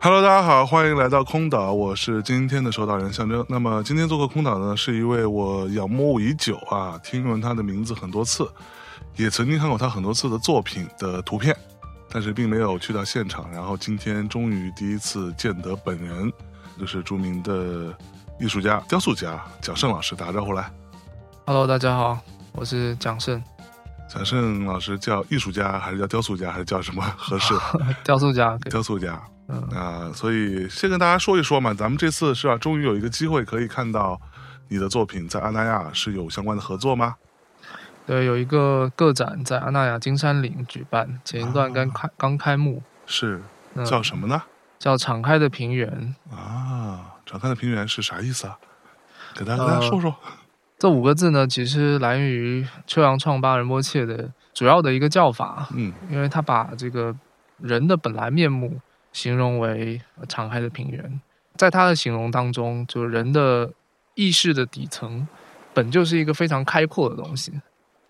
Hello，大家好，欢迎来到空岛，我是今天的守岛人象征。那么今天做客空岛呢，是一位我仰慕已久啊，听闻他的名字很多次，也曾经看过他很多次的作品的图片，但是并没有去到现场。然后今天终于第一次见得本人，就是著名的艺术家、雕塑家蒋胜老师，打个招呼来。 Hello，大家好，我是蒋胜，蒋胜老师叫艺术家还是叫雕塑家还是叫什么合适？雕塑家。雕塑家，嗯啊、所以先跟大家说一说嘛，咱们这次是吧，终于有一个机会可以看到你的作品在阿那亚是有相关的合作吗？对，有一个个展在阿那亚金山岭举办，前一段刚开、刚开幕，是嗯啊叫什么呢？叫“敞开的平原啊，展开的平原是啥意思啊？给大家跟大家呃说说。”这五个字呢，其实来源于秋阳创巴仁波切的主要的一个叫法，嗯因为他把这个人的本来面目形容为呃敞开的平原，在他的形容当中，就人的意识的底层本就是一个非常开阔的东西。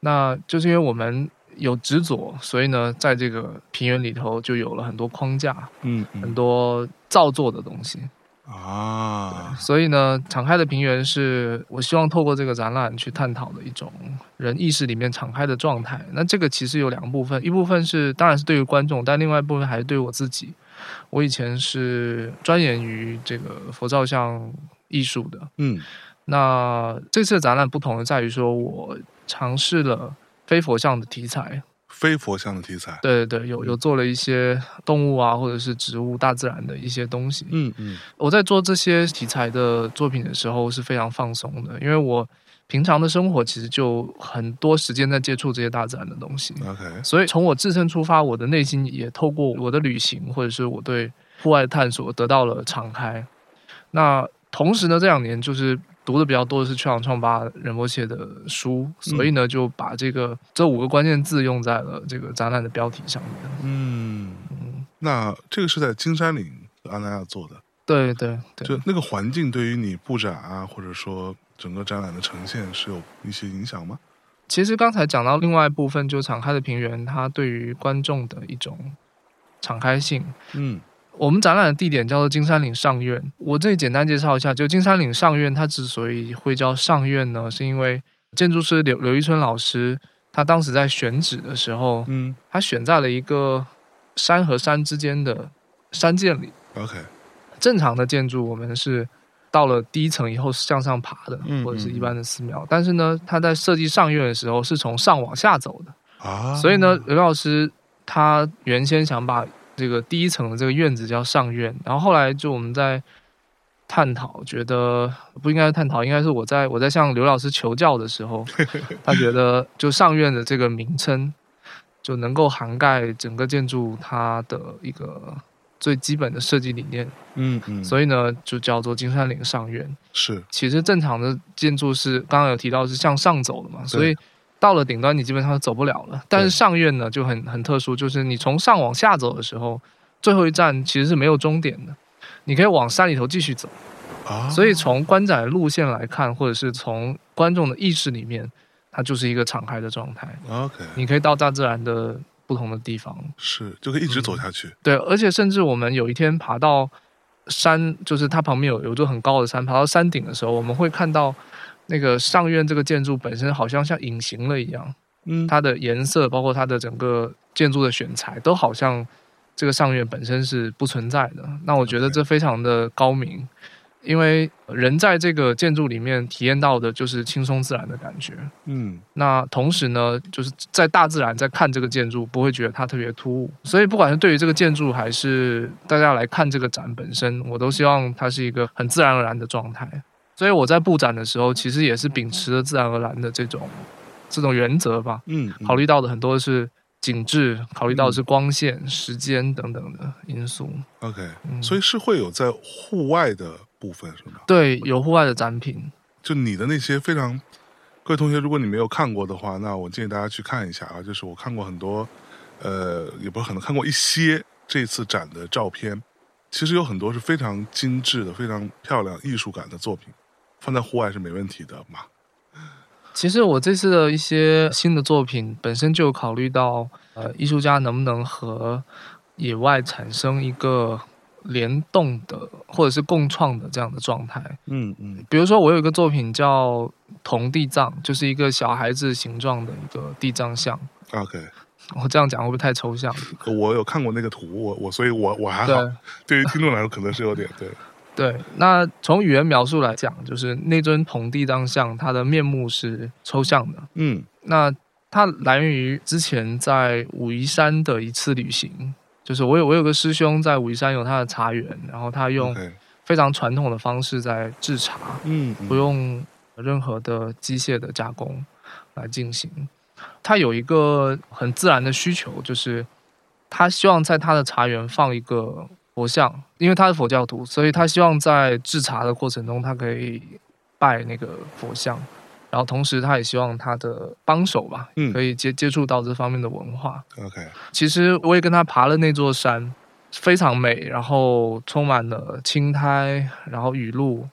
那就是因为我们有执着，所以呢，在这个平原里头就有了很多框架、嗯很嗯多造作的东西。啊，所以呢，敞开的平原是我希望透过这个展览去探讨的一种人意识里面敞开的状态。那这个其实有两部分，一部分是当然是对于观众，但另外一部分还是对于我自己。我以前是钻研于这个佛照像艺术的，嗯那这次的展览不同的在于说，我尝试了非佛像的题材，非佛像的题材。对对对，有有做了一些动物啊，或者是植物、大自然的一些东西。嗯嗯我在做这些题材的作品的时候是非常放松的，因为我平常的生活其实就很多时间在接触这些大自然的东西， ，OK，所以从我自身出发，我的内心也透过我的旅行或者是我对户外探索得到了敞开。那同时呢，这两年就是读的比较多的是去往创吧仁波切的书，所以呢就把这个这五个关键字用在了这个展览的标题上面。嗯，嗯，那这个是在金山岭阿那亚做的，对对对，就那个环境对于你布展啊，或者说整个展览的呈现是有一些影响吗？其实刚才讲到另外一部分，就敞开的平原，它对于观众的一种敞开性。嗯我们展览的地点叫做金山岭上苑，我这里简单介绍一下，就金山岭上苑，它之所以会叫上苑呢，是因为建筑师刘刘一春老师，他当时在选址的时候，嗯他选在了一个山和山之间的山涧里。 ，OK，正常的建筑我们是到了第一层以后是向上爬的嗯，或者是一般的寺庙，但是呢，他在设计上苑的时候是从上往下走的。啊，所以呢，刘老师他原先想把这个第一层的这个院子叫上院，然后后来就我们在探讨，觉得不应该探讨，应该是我在我在向刘老师求教的时 候，他觉得就上院的这个名称就能够涵盖整个建筑它的一个最基本的设计理念，嗯嗯，以所以呢就叫做金山岭上院。是其实正常的建筑是刚刚有提到是向上走的嘛，所以到了顶端你基本上走不了了。但是上院呢就很很特殊，就是你从上往下走的时候，最后一站其实是没有终点的，你可以往山里头继续走。啊，所以从观展的路线来看，或者是从观众的意识里面，它就是一个敞开的状态， OK 你可以到大自然的不同的地方。是就可以一直走下去，对，而且甚至我们有一天爬到山，就是它旁边有有座很高的山，爬到山顶的时候，我们会看到那个上院这个建筑本身好像像隐形了一样，嗯，它的颜色，包括它的整个建筑的选材，都好像这个上院本身是不存在的。那我觉得 OK 这非常的高明。因为人在这个建筑里面体验到的就是轻松自然的感觉，嗯那同时呢，就是在大自然在看这个建筑，不会觉得它特别突兀。所以不管是对于这个建筑，还是大家来看这个展本身，我都希望它是一个很自然而然的状态。所以我在布展的时候，其实也是秉持着自然而然的这种这种原则吧，嗯，考虑到的很多是景致，考虑到的是光线、时间等等的因素。 OK，嗯所以是会有在户外的部分是吗？对，有户外的展品，就你的那些非常，各位同学，如果你没有看过的话，那我建议大家去看一下啊。就是我看过很多，呃，也不是很多，看过一些这次展的照片，其实有很多是非常精致的、非常漂亮、艺术感的作品，放在户外是没问题的嘛。其实我这次的一些新的作品本身就有考虑到，呃，艺术家能不能和野外产生一个联动的或者是共创的这样的状态。嗯嗯比如说，我有一个作品叫《铜地藏》，就是一个小孩子形状的一个地藏像。 ，OK，我这样讲会不会太抽象？我有看过那个图，我我所以我我还好，对对于听众来说可能是有点 对，对。那从语言描述来讲，就是那尊铜地藏像，它的面目是抽象的。嗯那它来源于之前在武夷山的一次旅行，就是我有我有个师兄在武夷山有他的茶园，然后他用 OK，非常传统的方式在制茶，嗯，嗯不用任何的机械的加工来进行。他有一个很自然的需求，就是他希望在他的茶园放一个佛像，因为他是佛教徒，所以他希望在制茶的过程中，他可以拜那个佛像。然后同时，他也希望他的帮手吧，嗯可以接接触到这方面的文化。 OK，其实我也跟他爬了那座山，非常美，然后充满了青苔，然后雨露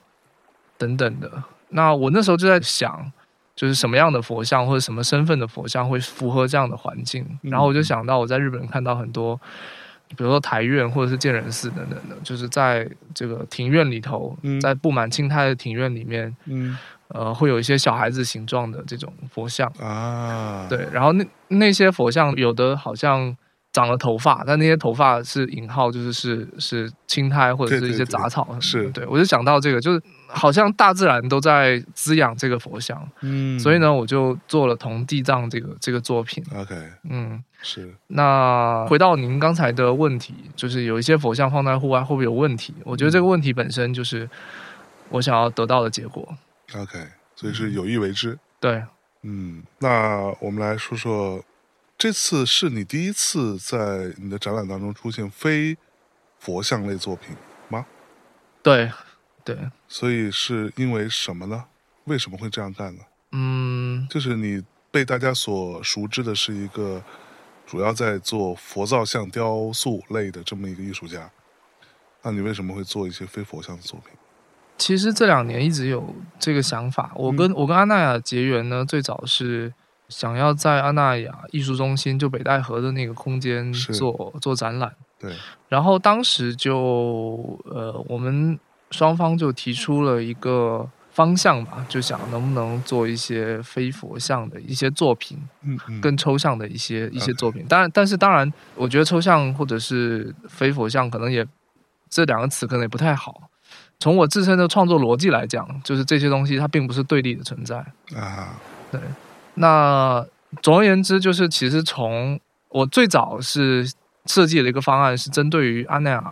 等等的。那我那时候就在想，就是什么样的佛像或者什么身份的佛像会符合这样的环境。嗯然后我就想到我在日本看到很多，比如说台院或者是建仁寺等等的，就是在这个庭院里头嗯，在布满青苔的庭院里面，嗯呃，会有一些小孩子形状的这种佛像。啊，，对，然后那那些佛像有的好像长了头发，但那些头发是引号，就是是是青苔或者对是一对对些杂草。是对我就想到这个，就是好像大自然都在滋养这个佛像，嗯，所以呢，我就做了铜地藏这个这个作品。 ，OK，嗯，是，那回到您刚才的问题，就是有一些佛像放在户外会不会有问题？我觉嗯得这个问题本身就是我想要得到的结果。 OK，所以是有意为之。对，嗯，那我们来说说，这次是你第一次在你的展览当中出现非佛像类作品，对，对，所以是因为什么呢？为什么会这样干呢？嗯，就是你被大家所熟知的是一个主要在做佛造像雕塑类的这么一个艺术家，那你为什么会做一些非佛像的作品？其实这两年一直有这个想法。我跟、我跟安娜雅结缘呢，最早是想要在安娜雅艺术中心，就北戴河的那个空间是做做展览。对，然后当时就呃，我们双方就提出了一个方向吧，就想能不能做一些非佛像的一些作品。嗯嗯，更抽象的一些一些作品。当然，但是当然，我觉得抽象或者是非佛像，可能也这两个词可能也不太好。从我自身的创作逻辑来讲，就是这些东西它并不是对立的存在。啊，那总而言之，就是其实从我最早是设计了一个方案，是针对于安奈尔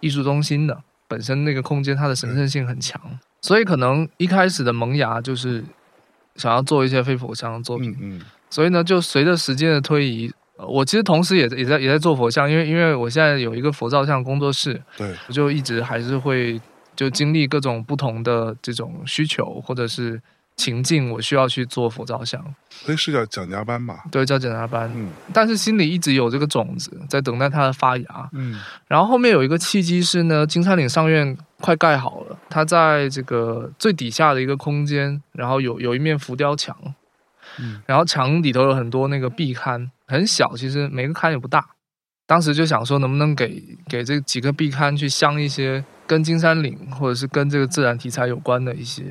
艺术中心的本身那个空间，它的神圣性很强，所以可能一开始的萌芽就是想要做一些非佛像的作品。嗯嗯所以呢，就随着时间的推移，呃我其实同时也在也在也在做佛像，因为因为我现在有一个佛造像工作室，对，我就一直还是会就经历各种不同的这种需求或者是情境，我需要去做佛造像，所以是叫蒋家班吧？对，叫检查班。嗯但是心里一直有这个种子在等待它的发芽。嗯然后后面有一个契机是呢，金山岭上院快盖好了，它在这个最底下的一个空间，然后有有一面浮雕墙，嗯然后墙里头有很多那个壁龛，很小，其实每个龛也不大。当时就想说，能不能给给这几个壁龛去镶一些跟金山岭或者是跟这个自然题材有关的一些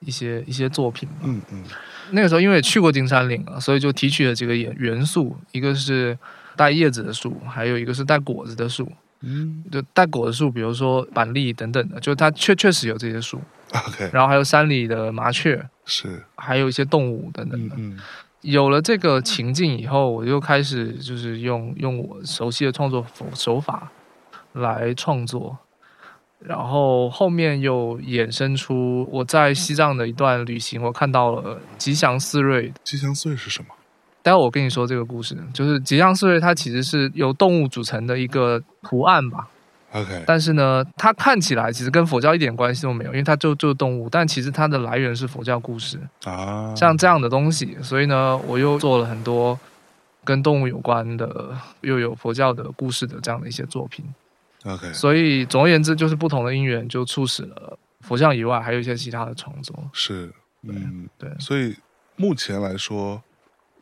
一些一些作品吧。嗯嗯，那个时候因为也去过金山岭了，所以就提取了几个元元素，一个是带叶子的树，还有一个是带果子的树。嗯就带果的树，比如说板栗等等的，就它确确实有这些树。 ，OK，然后还有山里的麻雀，是，还有一些动物等等的嗯。嗯有了这个情境以后，我就开始就是用用我熟悉的创作手手法来创作。然后后面又衍生出我在西藏的一段旅行，我看到了吉祥寺瑞。吉祥穗是什么？待会我跟你说这个故事，就是吉祥寺瑞它其实是由动物组成的一个图案吧， OK，但是呢，它看起来其实跟佛教一点关系都没有，因为它就就是动物，但其实它的来源是佛教故事，啊，像这样的东西。所以呢，我又做了很多跟动物有关的，又有佛教的故事的这样的一些作品。 OK 所以总而言之，就是不同的因缘就促使了佛像以外还有一些其他的创作。是，嗯，对所以目前来说，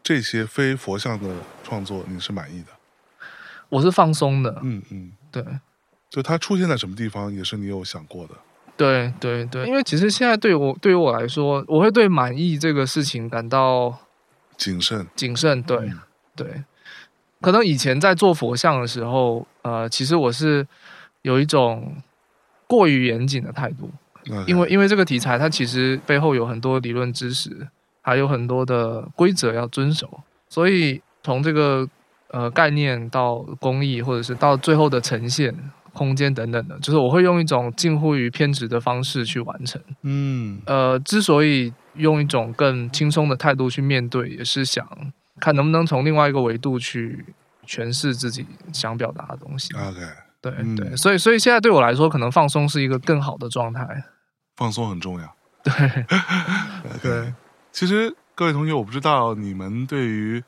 这些非佛像的创作你是满意的，我是放松的，嗯嗯，对。就它出现在什么地方也是你有想过的，对对对，因为其实现在对我对于我来说，我会对满意这个事情感到谨慎，谨慎，对、嗯对。可能以前在做佛像的时候，呃，其实我是有一种过于严谨的态度， OK，因为因为这个题材它其实背后有很多理论知识，还有很多的规则要遵守，所以从这个呃概念到工艺，或者是到最后的呈现空间等等的，就是我会用一种近乎于偏执的方式去完成。嗯呃，之所以用一种更轻松的态度去面对，也是想看能不能从另外一个维度去诠释自己想表达的东西。 ，OK，对嗯对，所以所以现在对我来说，可能放松是一个更好的状态。放松很重要。对 OK，其实各位同学，我不知道你们对于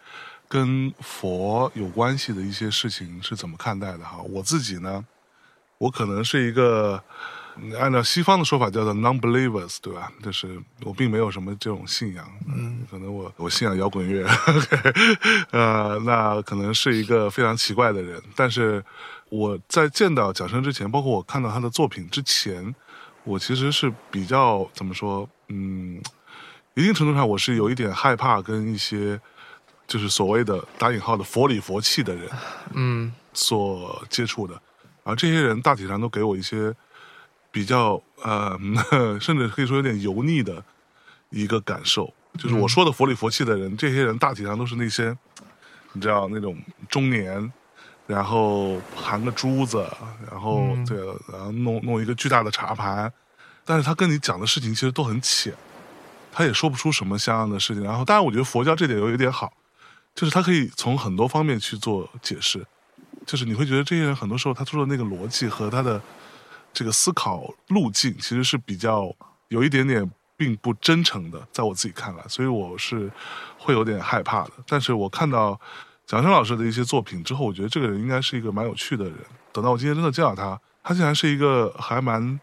跟佛有关系的一些事情是怎么看待的哈。我自己呢，我可能是一个嗯按照西方的说法叫做 non-believers，对吧？就是我并没有什么这种信仰，嗯，可能我我信仰摇滚乐 ，OK，呃，那可能是一个非常奇怪的人。但是我在见到蒋生之前，包括我看到他的作品之前，我其实是比较怎么说，嗯，一定程度上我是有一点害怕跟一些就是所谓的打引号的佛里佛气的人嗯所接触的，而这些人大体上都给我一些比较呃， 甚至可以说有点油腻的一个感受。就是我说的佛里佛气的人，这些人大体上都是那些你知道那种中年。然后含个珠子，然后嗯对，然后弄弄一个巨大的茶盘，但是他跟你讲的事情其实都很浅，他也说不出什么像样的事情。然后，当然，我觉得佛教这点有一点好，就是他可以从很多方面去做解释，就是你会觉得这些人很多时候他说的那个逻辑和他的这个思考路径其实是比较有一点点并不真诚的，在我自己看来，所以我是会有点害怕的。但是我看到蒋生老师的一些作品之后，我觉得这个人应该是一个蛮有趣的人。等到我今天真的见到他，他竟然是一个还蛮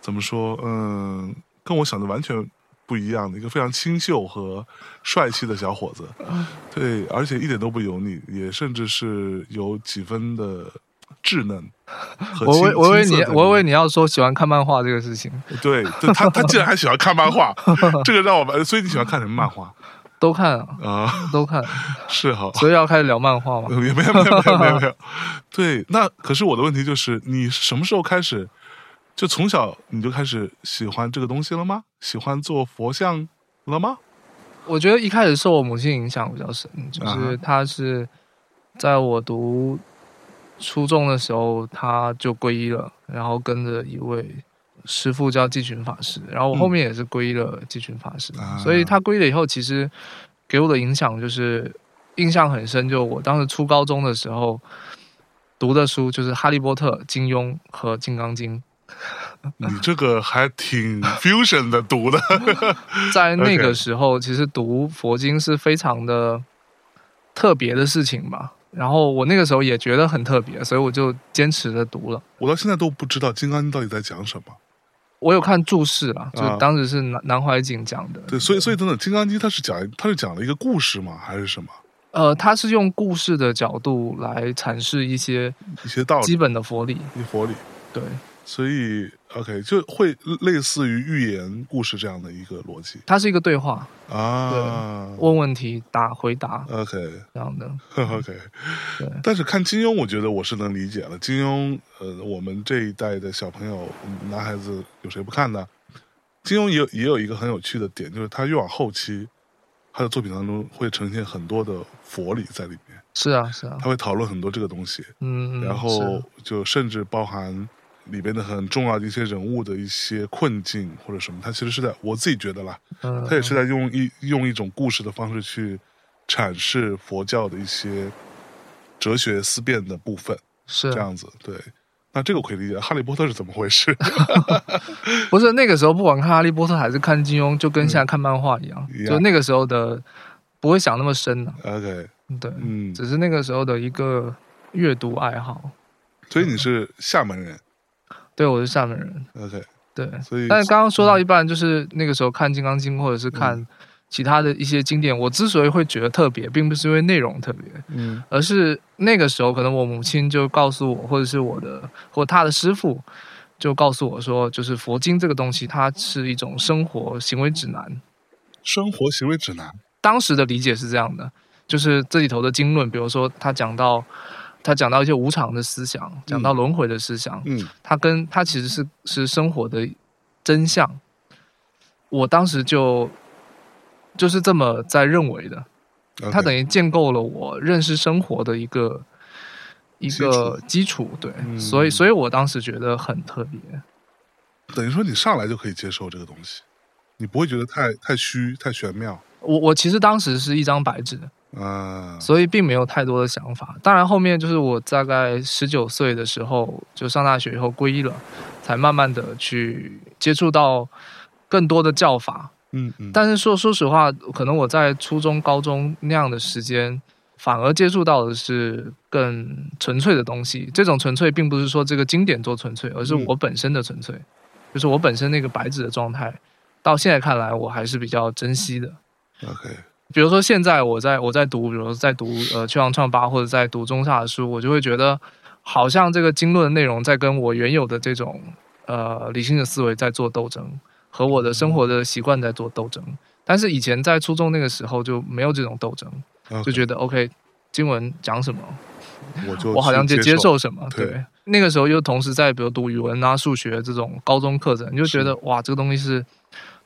怎么说，嗯，跟我想的完全不一样的一个非常清秀和帅气的小伙子，对，而且一点都不油腻，也甚至是有几分的稚嫩和我以青。为我以为青你涩在里我以面为你要说喜欢看漫画这个事情，对，对他他竟然还喜欢看漫 画，这个让我蛮。所以你喜欢看什么漫画都看啊，啊、都 看，是哈，所以要开始聊漫画嘛也。没有没有没有没有没有。对，那可是我的问题就是，你什么时候开始？就从小你就开始喜欢这个东西了吗？喜欢做佛像了吗？我觉得一开始受我母亲影响比较深，就啊哈是她是在我读初中的时候，她就皈依了，然后跟着一位师傅叫济群法师，然后我后面也是皈依了济群法师，啊所以她皈依了以后，其实给我的影响就是印象很深，就我当时初高中的时候读的书就是《哈利波特》、金庸和《金刚经》。你这个还挺 fusion 的读的，在那 OK 个时候，其实读佛经是非常的特别的事情吧。然后我那个时候也觉得很特别，所以我就坚持着读了。我到现在都不知道《金刚经》到底在讲什么。我有看注释啦，就啊是当时是南南怀瑾讲的。对，所以所以等等，《金刚经》它是讲它是讲了一个故事吗？还是什么呃，他是用故事的角度来阐释一些一些道基理、本的佛理。一些佛理？对，所以 OK 就会类似于寓言故事这样的一个逻辑它是一个对话，啊。问问题、答回答 OK 这样的。 OK，对但是看金庸，我觉得我是能理解了。金庸，呃，我们这一代的小朋友，嗯男孩子有谁不看呢？金庸也有也有一个很有趣的点，就是他越往后期，他的作品当中会呈现很多的佛理在里面，是啊，是啊，他会讨论很多这个东西。嗯，嗯然嗯是后就甚至包含里边的很重要的一些人物的一些困境或者什么，他其实是在我自己觉得啦，嗯，他也是在用一用一种故事的方式去阐释佛教的一些哲学思辨的部分，是啊这样子对。那这个我可以理解，《哈利波特》是怎么回 事？不是那个时候不管看哈利波特还是看金庸，就跟现在看漫画一样，嗯一样就那个时候的不会想那么深的、 OK，对，嗯，只是那个时候的一个阅读爱好。所以你是厦门人对，我是厦门人， ，OK，对。所以但是刚刚说到嗯一半，就是那个时候看《金刚经》或者是看其他的一些经典，我之所以会觉得特别，并不是因为内容特别，嗯而是那个时候可能我母亲就告诉我，或者是我的或他的师傅就告诉我说，就是佛经这个东西，它是一种生活行为指南。生活行为指南，当时的理解是这样的，就是这里头的经论，比如说他讲到他讲到一些无常的思想，讲到轮回的思想，嗯它跟它其实是是生活的真相。我当时就就是这么在认为的， ，OK，它等于建构了我认识生活的一个一个基础，对，嗯所以所以我当时觉得很特别，等于说你上来就可以接受这个东西，你不会觉得太太虚、太玄妙我我其实当时是一张白纸，啊、所以并没有太多的想法。当然后面就是我大概十九岁的时候就上大学以后皈依了，才慢慢的去接触到更多的教法，嗯嗯，但是说说实话，可能我在初中、高中那样的时间，反而接触到的是更纯粹的东西。这种纯粹，并不是说这个经典多纯粹，而是嗯我本身的纯粹，就是我本身那个白纸的状态。到现在看来，我还是比较珍惜的。 OK，比如说现在我在我在读，比如说在读呃《去往创八》或者在读中下的书，我就会觉得好像这个经论的内容在跟我原有的这种呃理性的思维在做斗争，和我的生活的习惯在做斗争。但是以前在初中那个时候就没有这种斗争，就 OK，觉得 OK，经文讲什么，我就我好像就去接接受什么。对对，那个时候又同时在比如读语文啊、数学这种高中课程，你就觉得哇，这个东西是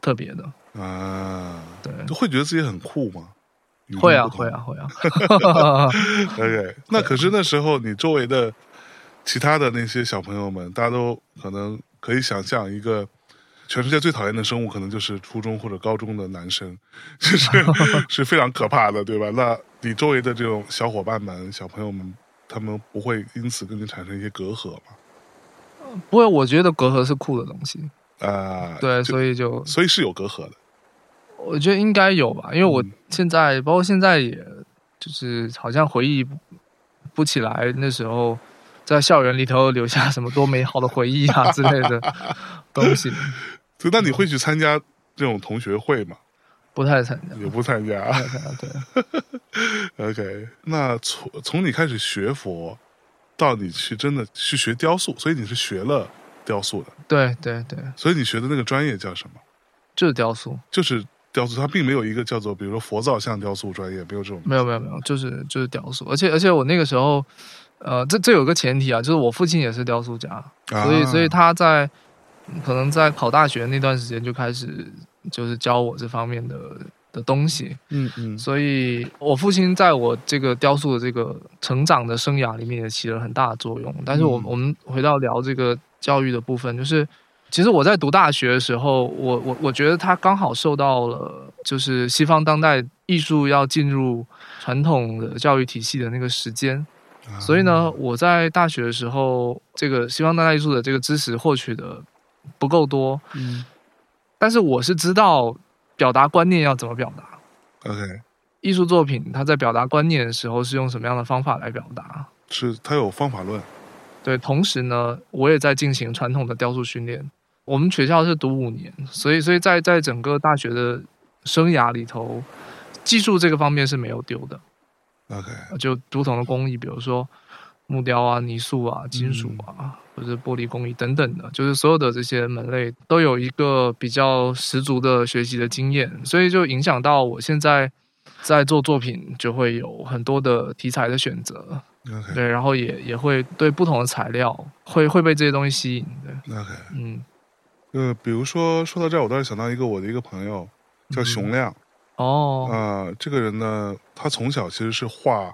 特别的。啊，对，就会觉得自己很酷吗？与众会啊，不同会啊，会啊。 OK，那可是那时候你周围的其他的那些小朋友们，大家都可能可以想象一个。全世界最讨厌的生物可能就是初中或者高中的男生，就是是非常可怕的，对吧？那你周围的这种小伙伴们、小朋友们，他们不会因此跟你产生一些隔阂吗？不过我觉得隔阂是酷的东西，啊、对，就所以就所以是有隔阂的。我觉得应该有吧，因为我嗯现在、包括现在也，就是好像回忆不起来那时候在校园里头留下什么多美好的回忆啊之类的东西，所以那你会去参加这种同学会吗？不太参加，也不参加。不太参加，对。 OK，那从从你开始学佛，到你去真的去学雕塑，所以你是学了雕塑的，对对对，所以你学的那个专业叫什么？就是雕塑，就是雕塑，它并没有一个叫做比如说佛造像雕塑专业，没有这种。没有没有没有，就是就是雕塑，而且而且我那个时候，呃，这这有个前提啊，就是我父亲也是雕塑家，啊所以所以他在可能在考大学那段时间就开始就是教我这方面的的东西，嗯嗯所以我父亲在我这个雕塑的这个成长的生涯里面也起了很大的作用。但是我嗯我们回到聊这个教育的部分，就是其实我在读大学的时候，我我我觉得他刚好受到了就是西方当代艺术要进入传统的教育体系的那个时间，啊所以呢，我在大学的时候，这个西方当代艺术的这个知识获取的不够多，嗯但是我是知道表达观念要怎么表达。 ，OK，艺术作品它在表达观念的时候是用什么样的方法来表达？是它有方法论。对，同时呢，我也在进行传统的雕塑训练。我们学校是读五年，所以所以在在整个大学的生涯里头，技术这个方面是没有丢的。 OK，就不同的工艺，比如说木雕啊、泥塑啊、金属嗯啊，或者玻璃工艺等等的，就是所有的这些门类都有一个比较十足的学习的经验，所以就影响到我现在在做作品，就会有很多的题材的选择， OK，对，然后也也会对不同的材料会会被这些东西吸引，对， OK，嗯，呃，比如说说到这儿，我倒是想到一个我的一个朋友叫嗯熊亮，哦，啊、这个人呢，他从小其实是画，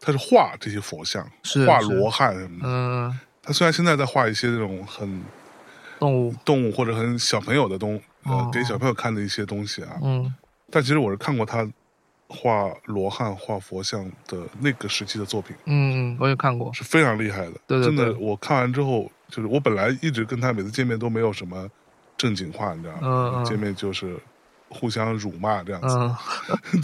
他是画这些佛像，是画是罗汉什么的。嗯，他虽然现在在画一些这种很动物，动物或者很小朋友的东，呃哦，给小朋友看的一些东西啊，嗯，但其实我是看过他画罗汉、画佛像的那个时期的作品，嗯，我也看过，是非常厉害的。对对真的对，我看完之后，就是我本来一直跟他每次见面都没有什么正经话，你知道吗？嗯嗯见面就是互相辱骂这样子。嗯，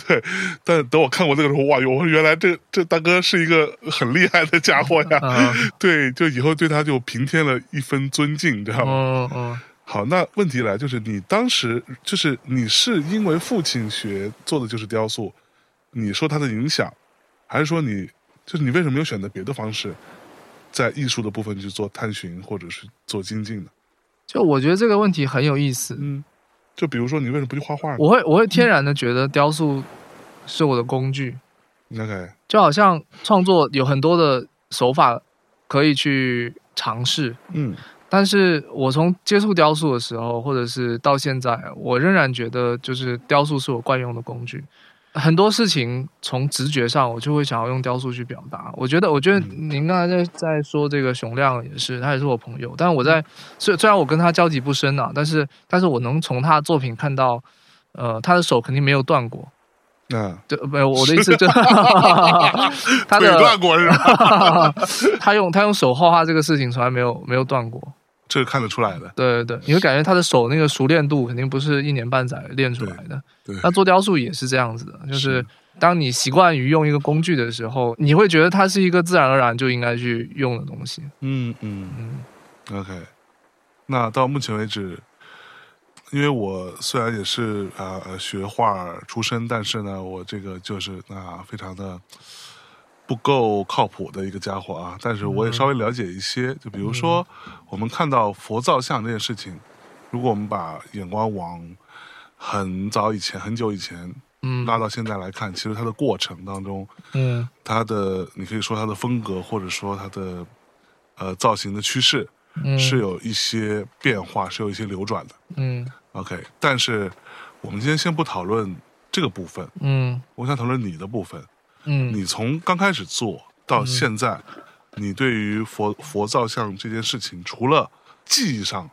对，但等我看过这个时候，哇哟，我说原来这这大哥是一个很厉害的家伙呀。嗯 对，就以后对他就平添了一分尊敬，你知道吗？嗯嗯，好，那问题来，就是你当时就是你是因为父亲学做的就是雕塑，你受他的影响，还是说你就是你为什么没有选择别的方式，在艺术的部分去做探寻或者是做精进呢？就我觉得这个问题很有意思，嗯，就比如说你为什么不去画画呢我会我会天然的觉得雕塑是我的工具，你看看，就好像创作有很多的手法可以去尝试，嗯但是我从接触雕塑的时候，或者是到现在，我仍然觉得就是雕塑是我惯用的工具。很多事情从直觉上，我就会想要用雕塑去表达。我觉得，我觉得嗯您刚才在在说这个熊亮也是，他也是我朋友，嗯但我在虽虽然我跟他交集不深啊，但是但是我能从他的作品看到，呃，他的手肯定没有断过。啊，对，没有我的意 思就 他腿的断过是吧？他用他用手画画这个事情从来没有没有断过。 这个看得出来的，对对对，你会感觉他的手那个熟练度肯定不是一年半载练出来的。对对那做雕塑也是这样子的，就是是当你习惯于用一个工具的时候，你会觉得它是一个自然而然就应该去用的东西。嗯嗯。嗯 OK，那到目前为止，因为我虽然也是啊、呃、学画出身，但是呢，我这个就是啊非常的不够靠谱的一个家伙啊。但是我也稍微了解一些，就比如说我们看到佛造像这件事情，如果我们把眼光往很早以前、很久以前嗯拉到现在来看，其实它的过程当中，嗯它的你可以说它的风格，或者说它的呃造型的趋势。嗯是有一些变化，是有一些流转的。嗯 OK，但是我们今天先不讨论这个部分，嗯我想讨论你的部分。嗯你从刚开始做到现在，你对于佛佛造像这件事情，除了技艺上、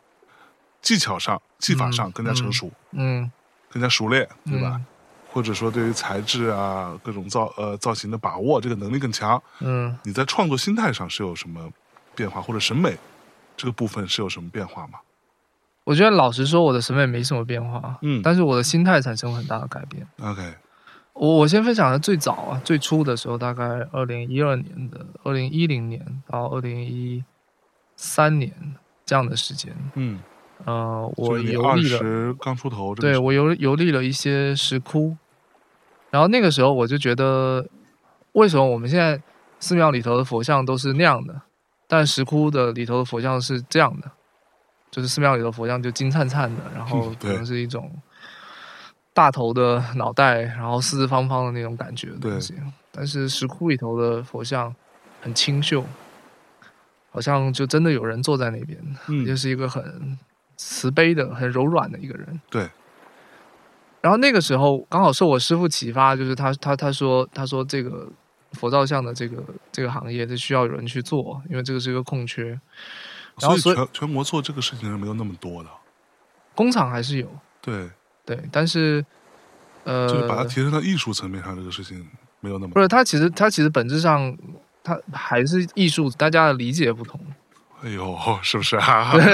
技巧上、技法上嗯更加成熟、嗯，更加熟练，对吧？或者说对于材质啊、各种造呃造型的把握，这个能力更强。嗯？你在创作心态上是有什么变化，或者审美这个部分是有什么变化吗？嗯，我觉得老实说，我的审美没什么变化，嗯但是我的心态产生了很大的改变。 OK，我我先分享的最早啊，最初的时候，大概二零一二年的、二零一零年到二零一三年这样的时间，嗯，呃，就我是你游二历了，十刚出头，这个对时我游游历了一些石窟，然后那个时候我就觉得，为什么我们现在寺庙里头的佛像都是那样的，但石窟的里头的佛像是这样的，就是寺庙里头佛像就金灿灿的，然后嗯可对能是一种大头的脑袋，然后四四方方的那种感觉的东西。但是石窟里头的佛像很清秀，好像就真的有人坐在那边，嗯就是一个很慈悲的、很柔软的一个人。对。然后那个时候刚好受我师傅启发，就是他他他说他说这个佛造像的这个这个行业是需要有人去做，因为这个是一个空缺，然所后以所以全全国做这个事情是没有那么多的，工厂还是有对，对，但是呃，就是把它提升到艺术层面上，这个事情没有那么不是，它其实它其实本质上它还是艺术，大家的理解不同。哎呦， 是不是啊？OK，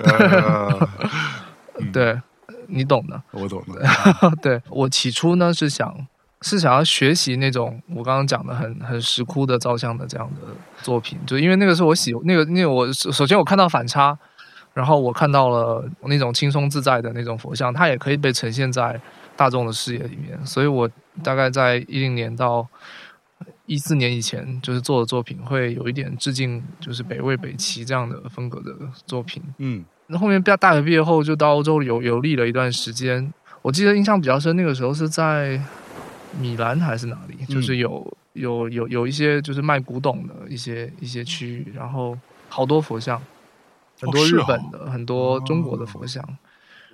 呃 嗯对，你懂的。我懂了，对我起初呢是想是想要学习那种我刚刚讲的很很石窟的照相的这样的作品，就因为那个是我喜那个那个我首首先我看到反差，然后我看到了那种轻松自在的那种佛像，它也可以被呈现在大众的视野里面，所以我大概在一零年到。一四年以前，就是做的作品会有一点致敬，就是北魏、北齐这样的风格的作品。嗯那后面大大学毕业后就到欧洲游游历了一段时间。我记得印象比较深，那个时候是在米兰还是哪里，嗯就是有、有有有一些就是卖古董的一些一些区域，然后好多佛像，很多是日哦本的，很多中国的佛像。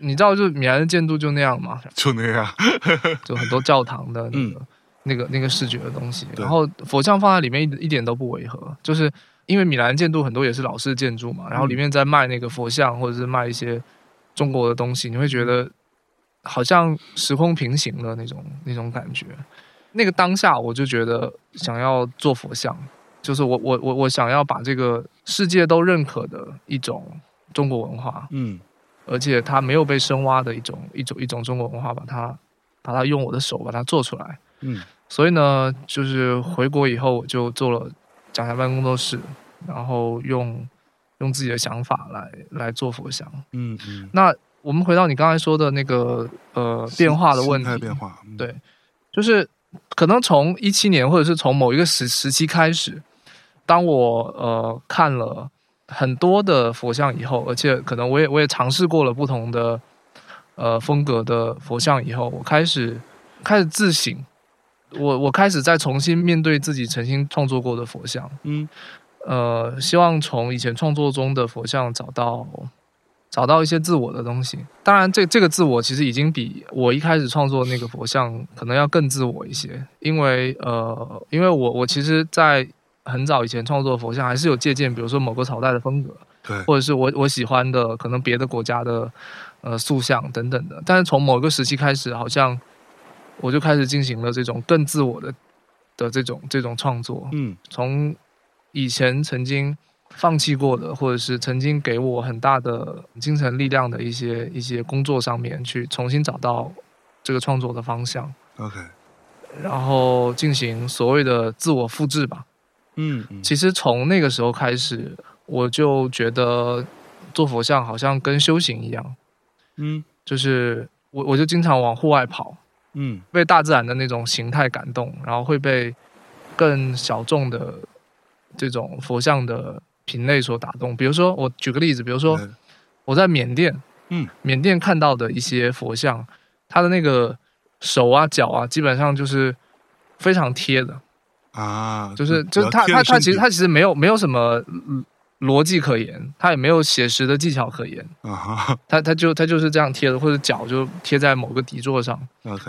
你知道，就是米兰的建筑就那样嘛，就那样，就很多教堂的那嗯个、那个那个视觉的东西，对然后佛像放在里面一一点都不违和，就是因为米兰建筑很多也是老式建筑嘛，然嗯后里面在卖那个佛像或者是卖一些中国的东西，你会觉得好像时空平行的那种那种感觉。那个当下我就觉得想要做佛像，就是我我我我想要把这个世界都认可的一种中国文化，嗯而且它没有被深挖的一种一种一种中国文化，把它把它用我的手把它做出来。嗯所以呢，就是回国以后，我就做了讲台办工作室，然后用用自己的想法来来做佛像。嗯嗯，那我们回到你刚才说的那个呃变化的问心态题，变化，嗯对就是可能从一七年或者是从某一个时时期开始，当我呃看了很多的佛像以后，而且可能我也我也尝试过了不同的呃风格的佛像以后，我开始开始自省，我我开始再重新面对自己曾经创作过的佛像，嗯呃，希望从以前创作中的佛像找到找到一些自我的东西。当然这，这个自我其实已经比我一开始创作那个佛像可能要更自我一些，因为呃，因为我我其实，在很早以前创作佛像还是有借鉴，比如说某个朝代的风格，对，或者是我我喜欢的可能别的国家的呃塑像等等的。但是从某个时期开始，好像我就开始进行了这种更自我的的这种这种创作，嗯从以前曾经放弃过的，或者是曾经给我很大的精神力量的一些一些工作上面，去重新找到这个创作的方向， ，OK，然后进行所谓的自我复制吧。嗯嗯其实从那个时候开始，我就觉得做佛像好像跟修行一样，嗯就是我我就经常往户外跑，嗯被大自然的那种形态感动，然后会被更小众的这种佛像的品类所打动。比如说，我举个例子，比如说对我在缅甸，嗯，缅甸看到的一些佛像，它的那个手啊、脚啊，基本上就是非常贴的，啊，就是比就较是它贴它着它身其实体它其实没有没有什么嗯逻辑可言，它也没有写实的技巧可言，啊哈它它就它就是这样贴的，或者脚就贴在某个底座上， ，OK，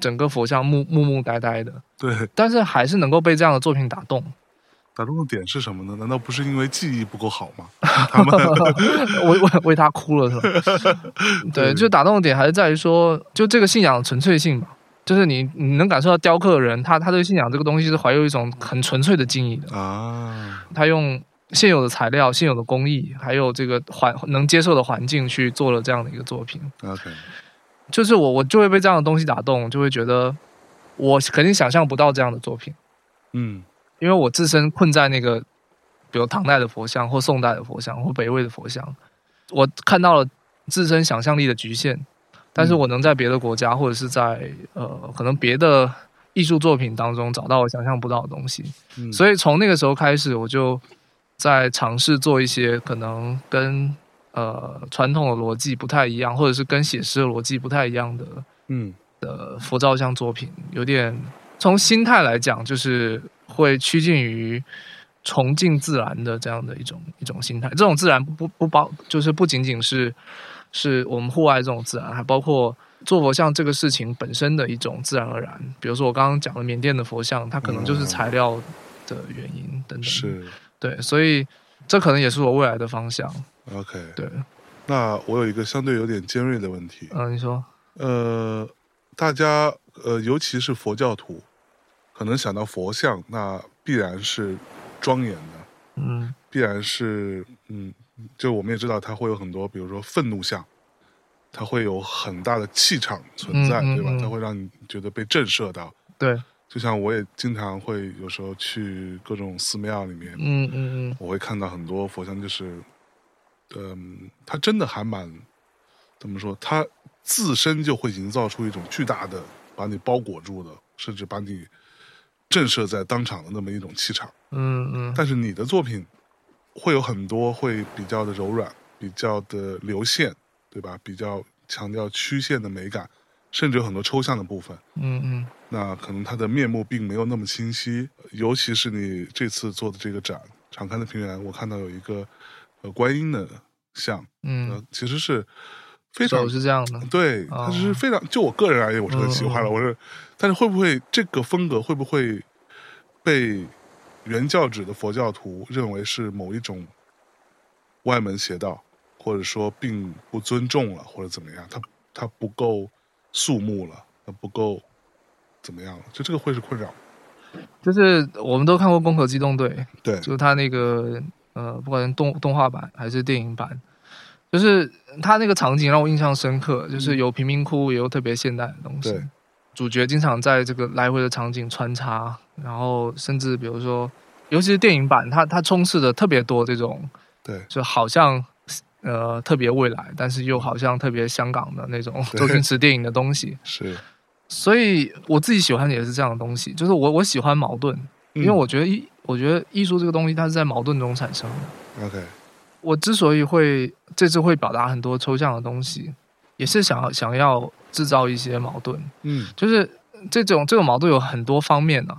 整个佛像木木木呆呆的。对，但是还是能够被这样的作品打动。打动的点是什么呢？难道不是因为技艺不够好吗？他们我我 为他哭了是吧？ 嗯对，就打动的点还是在于说，就这个信仰的纯粹性吧。就是你，你能感受到雕刻的人，他他对信仰这个东西是怀有一种很纯粹的敬意的。啊，他用现有的材料、现有的工艺，还有这个环能接受的环境去做了这样的一个作品。 OK，就是我，我就会被这样的东西打动，就会觉得我肯定想象不到这样的作品。嗯因为我自身困在那个，比如唐代的佛像或宋代的佛像或北魏的佛像，我看到了自身想象力的局限，但是嗯我能在别的国家或者是在呃可能别的艺术作品当中找到我想象不到的东西，嗯，以所以从那个时候开始，我就在尝试做一些可能跟呃传统的逻辑不太一样，或者是跟写诗的逻辑不太一样的嗯的佛照像作品，有点从心态来讲，就是会趋近于崇敬自然的这样的一种一种心态。这种自然不不不包，就是不仅仅是是我们户外这种自然，还包括做佛像这个事情本身的一种自然而然。比如说我刚刚讲的缅甸的佛像，它可能就是嗯材料的原因等等。是对，所以这可能也是我未来的方向。 OK。对，那我有一个相对有点尖锐的问题，嗯、你说，呃，大家呃，尤其是佛教徒，可能想到佛像，那必然是庄严的，嗯必然是嗯，就我们也知道，它会有很多，比如说愤怒像，它会有很大的气场存在，嗯嗯对吧嗯？它会让你觉得被震慑到。对，就像我也经常会有时候去各种寺庙里面，嗯嗯嗯，我会看到很多佛像，就是，嗯，它真的还蛮怎么说？它自身就会营造出一种巨大的把你包裹住的，甚至把你震慑在当场的那么一种气场。嗯嗯。但是你的作品会有很多会比较的柔软，比较的流线，对吧？比较强调曲线的美感，甚至有很多抽象的部分。嗯嗯那可能它的面目并没有那么清晰，尤其是你这次做的这个展《敞开的平原》，我看到有一个呃观音的像，嗯呃，其实是非常手是这样的，对，它哦是非常就我个人而言，我是很喜欢了，我是，但是会不会这个风格会不会被原教旨的佛教徒认为是某一种外门邪道，或者说并不尊重了，或者怎么样，它它不够肃穆了，它不够怎么样了，就这个会是困扰。就是我们都看过《攻壳机动队》，对，就是它那个呃，不管是动动画版还是电影版，就是它那个场景让我印象深刻，就是有贫民窟，也有特别现代的东西嗯对。主角经常在这个来回的场景穿插，然后甚至比如说，尤其是电影版，它它充斥着特别多这种，对，就好像呃特别未来，但是又好像特别香港的那种对周星驰电影的东西。是，所以我自己喜欢的也是这样的东西，就是我我喜欢矛盾，因为我觉得艺，我觉得艺术这个东西它是在矛盾中产生的。嗯 OK，我之所以会这次会表达很多抽象的东西，也是想要想要制造一些矛盾，嗯就是这种这种矛盾有很多方面呢、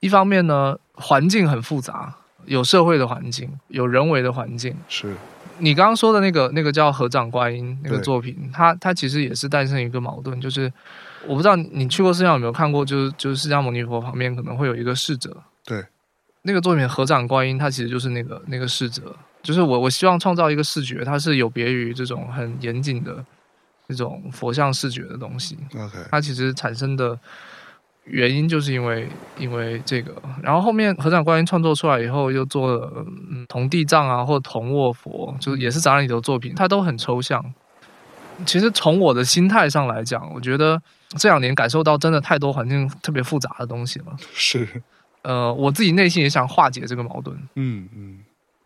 一方面呢，环境很复杂，有社会的环境，有人为的环境。是，你刚刚说的那个那个叫《合掌观音》那个对作品，它它其实也是诞生一个矛盾，就是我不知道你去过释迦有没有看过，就是就是释迦牟尼佛旁边可能会有一个侍者，对，那个作品《合掌观音》，它其实就是那个那个侍者，就是我我希望创造一个视觉，它是有别于这种很严谨的这种佛像视觉的东西， OK， 它其实产生的原因就是因为因为这个，然后后面合掌观音创作出来以后，又做了嗯铜地藏啊，或铜卧佛，就是也是展览里头的作品，它都很抽象。其实从我的心态上来讲，我觉得这两年感受到真的太多环境特别复杂的东西了。是，呃，我自己内心也想化解这个矛盾，嗯嗯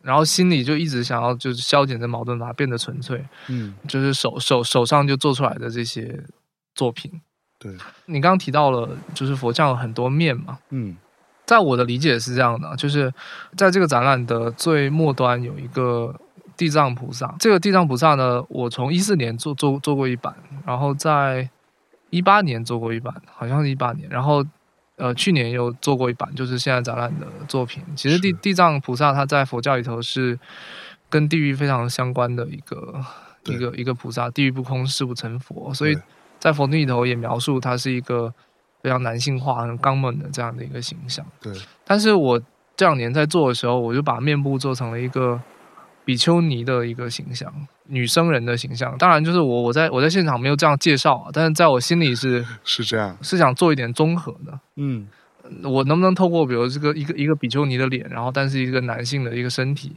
然后心里就一直想要就是消减这矛盾，把它变得纯粹。嗯，就是手手手上就做出来的这些作品。对，你刚刚提到了，就是佛像有很多面嘛，嗯在我的理解是这样的，就是在这个展览的最末端有一个地藏菩萨。这个地藏菩萨呢，我从一四年做做做过一版，然后在一八年做过一版，好像是一八年，然后呃去年又做过一版，就是现在展览的作品。其实地是地藏菩萨他在佛教里头是跟地狱非常相关的一个对一个一个菩萨，地狱不空，誓不成佛，所以对在佛经里头也描述他是一个。非常男性化、很刚猛的这样的一个形象。对，但是我这两年在做的时候，我就把面部做成了一个比丘尼的一个形象，女生人的形象。当然，就是我我在我在现场没有这样介绍啊，但是在我心里是是这样，是想做一点综合的。嗯我能不能透过比如这个一个一个比丘尼的脸，然后但是一个男性的一个身体，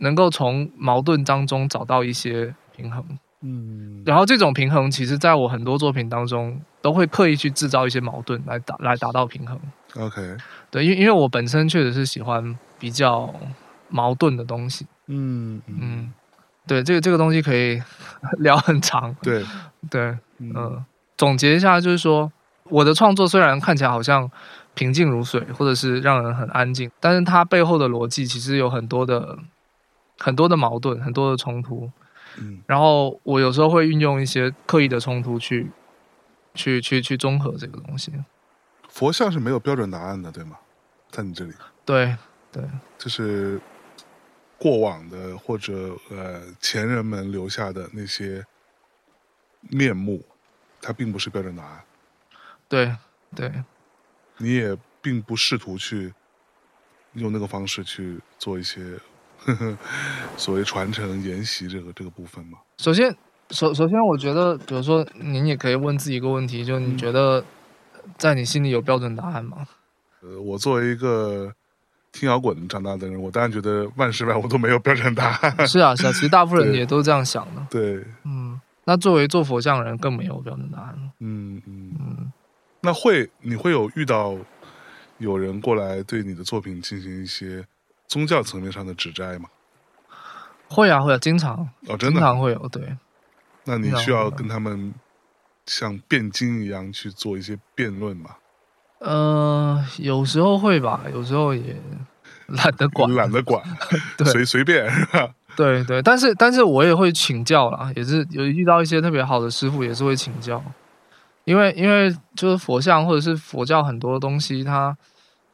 能够从矛盾当中找到一些平衡？嗯，然后这种平衡，其实在我很多作品当中都会刻意去制造一些矛盾来达来达到平衡。 OK，对，因为因为我本身确实是喜欢比较矛盾的东西，嗯嗯，嗯，对，这个这个东西可以 聊很长，对，对，嗯、总结一下就是说，我的创作虽然看起来好像平静如水，或者是让人很安静，但是它背后的逻辑其实有很多的很多的矛盾，很多的冲突，嗯然后我有时候会运用一些刻意的冲突去去去去综合这个东西，佛像是没有标准答案的，对吗？在你这里，对，就是过往的或者呃前人们留下的那些面目，它并不是标准答案，对，对。你也并不试图去用那个方式去做一些 呵呵所谓传承沿袭这个这个部分嘛。首先，首首先，我觉得，比如说，您也可以问自己一个问题，就嗯你觉得呃在你心里有标准答 案吗？呃，我作为一个听摇滚长大的人，我当然觉得万事万物都没有标准答案。 是啊，是啊，其实大部分人对也都这样想的。对，嗯，那作为做佛像的人，更没有标准答案了。嗯嗯。嗯，那会你会有遇到有人过来对你的作品进行一些宗教层面上的指摘吗？会啊，会啊，经常哦，真经的？常会有，对，那你经常需要会的跟他们像辩经一样去做一些辩论吗？呃，有时候会吧，有时候也懒得管，懒得管 对，随随便是吧？对对，但是但是我也会请教啦，也是有遇到一些特别好的师傅，也是会请教，因为因为就是佛像或者是佛教很多东西它，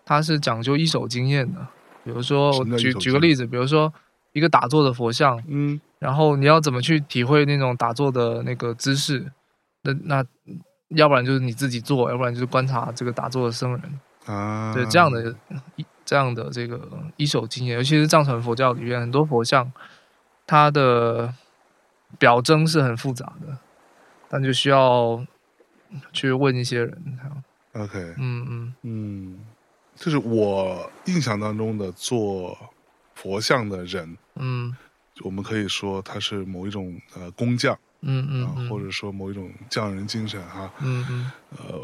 它是讲究一手经验的。比如说，什我么叫一举手举个经例子，比如说一个打坐的佛像，嗯，然后你要怎么去体会那种打坐的那个姿势？那那要不然就是你自己做，要不然就是观察这个打坐的僧人，啊，对这样的一这样的这个一手经验，尤其是藏传佛教里面很多佛像，它的表征是很复杂的，但就需要去问一些人。 OK，嗯嗯嗯，这是我印象当中的做佛像的人，嗯我们可以说他是某一种呃工匠嗯啊、嗯，或者说某一种匠人精神啊。嗯嗯呃，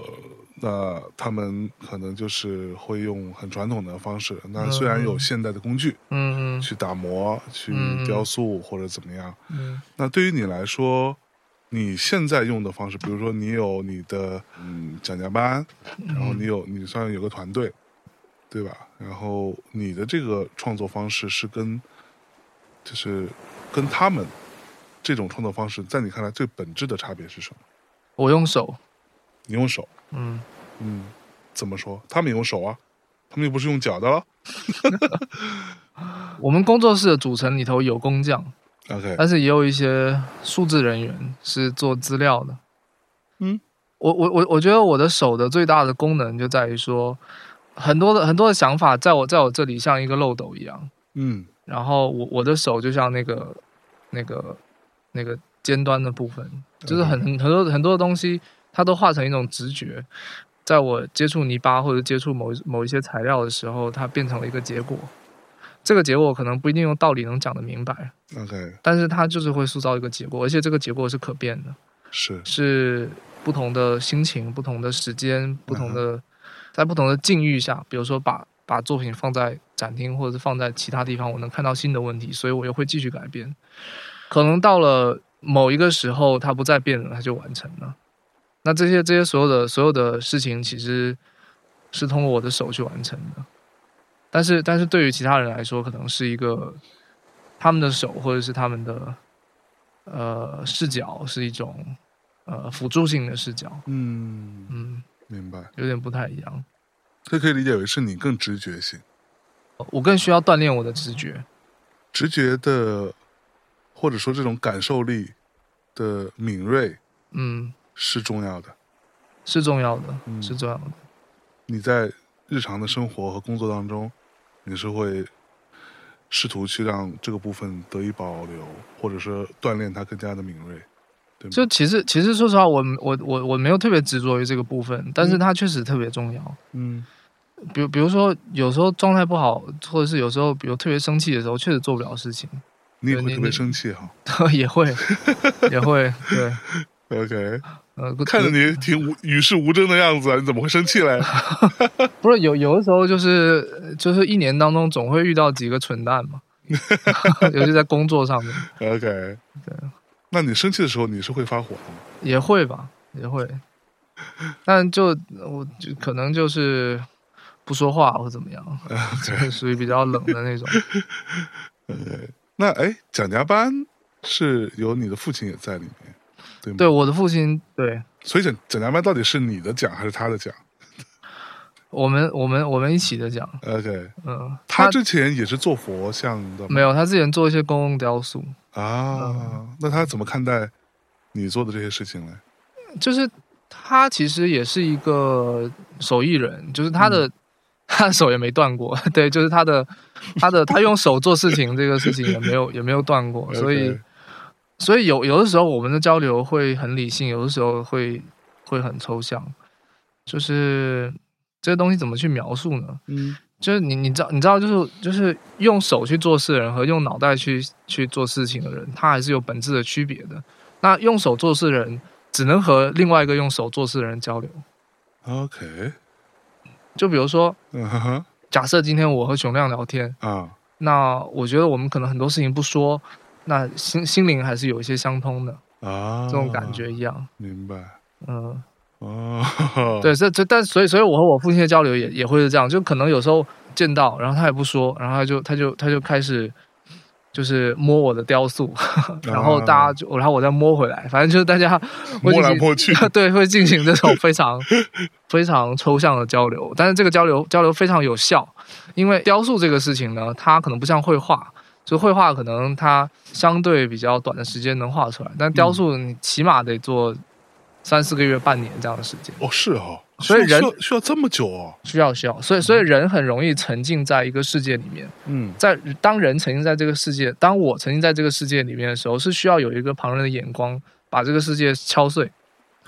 那他们可能就是会用很传统的方式，那嗯虽然有现代的工具、嗯去打磨、去嗯雕塑或者怎么样，嗯那对于你来说，你现在用的方式，比如说你有你的嗯讲价班，然嗯后你有你算有个团队，对吧？然后你的这个创作方式是跟就是跟他们这种创作方式，在你看来最本质的差别是什么？我用手，你用手，嗯，嗯，怎么说？他们用手啊，他们又不是用脚的了。我们工作室的组成里头有工匠， OK，但是也有一些数字人员是做资料的。嗯，我我我我觉得我的手的最大的功能就在于说，很多的很多的想法在我在我这里像一个漏斗一样，嗯然后我我的手就像那个那个那个尖端的部分，就是很很很多很多的东西，它都化成一种直觉。在我接触泥巴或者接触某一某一些材料的时候，它变成了一个结果。这个结果可能不一定用道理能讲得明白， ，OK，但是它就是会塑造一个结果，而且这个结果是可变的，是，是不同的心情、不同的时间、不同的、在不同的境遇下，比如说把把作品放在展厅或者是放在其他地方，我能看到新的问题，所以我又会继续改变。可能到了某一个时候，它不再变了，它就完成了。那这些这些所有的所有的事情，其实是通过我的手去完成的。但是，但是对于其他人来说，可能是一个他们的手或者是他们的呃视角是一种呃辅助性的视角，嗯，嗯，明白。有点不太一样。这可以理解为是你更直觉性。我更需要锻炼我的直觉，直觉的，或者说这种感受力的敏锐嗯，是重要的。是重要的，嗯是重要的。你在日常的生活和工作当中，你是会试图去让这个部分得以保留，或者说锻炼它更加的敏锐。就其实其实说实话，我我我我没有特别执着于这个部分，但嗯是它确实特别重要。嗯比如比如说，有时候状态不好，或者是有时候比如特别生气的时候，确实做不了事情， 你也对会你特别你生气哈。也 会也会对， OK，呃，看着你挺无与世无争的样子啊，你怎么会生气嘞？不是有有的时候就是就是一年当中总会遇到几个蠢蛋嘛， 尤其在工作上面 OK，那你生气的时候你是会发火的吗？也会吧，也会，但就我就可能就是不说话或怎么样，嗯就是属于比较冷的那种。那哎，蒋家班是有你的父亲也在里面，对吗？对我的父亲，对所以蒋蒋家班到底是你的奖还是他的奖我们我们我们一起的讲， ？OK，嗯，他之前也是做佛像的吗没有他之前做一些公共雕塑，啊？那他怎么看待你做的这些事情呢？就是他其实也是一个手艺人，就是他嗯的、 他的手也没断过，对，就是他的他的他用手做事情这个事情也没有也没有断过，所以 OK，所以有有的时候我们的交流会很理性，有的时候会会很抽象，就是这些东西怎么去描述呢？嗯就是你你知道你知道就是就是用手去做事的人和用脑袋去去做事情的人，他还是有本质的区别的。那用手做事的人只能和另外一个用手做事的人交流。 ，OK，就比如说，嗯哼哼假设今天我和熊亮聊天，啊，那我觉得我们可能很多事情不说，那心心灵还是有一些相通的啊，这种感觉一样。明白嗯，哦，对，这这但所以所以我和我父亲的交流也也会是这样，就可能有时候见到，然后他也不说，然后他就他就他就开始。就是摸我的雕塑，啊然后大家就，然后我再摸回来，反正就是 大家会摸进来行摸 去，对会进行这种非常非常抽象的交流，但是这个交流交流非常有效，因为雕塑这个事情呢，它可能不像绘画，就绘画可能它相对比较短的时间能画嗯出来，但雕塑你起码得做三四个月、半年这样的时间。哦是哦，所以需要人需要需要这么久哦，需要需要，所以所以人很容易沉浸在一个世界里面。嗯在当人沉浸在这个世界，当我沉浸在这个世界里面的时候，是需要有一个旁人的眼光把这个世界敲碎，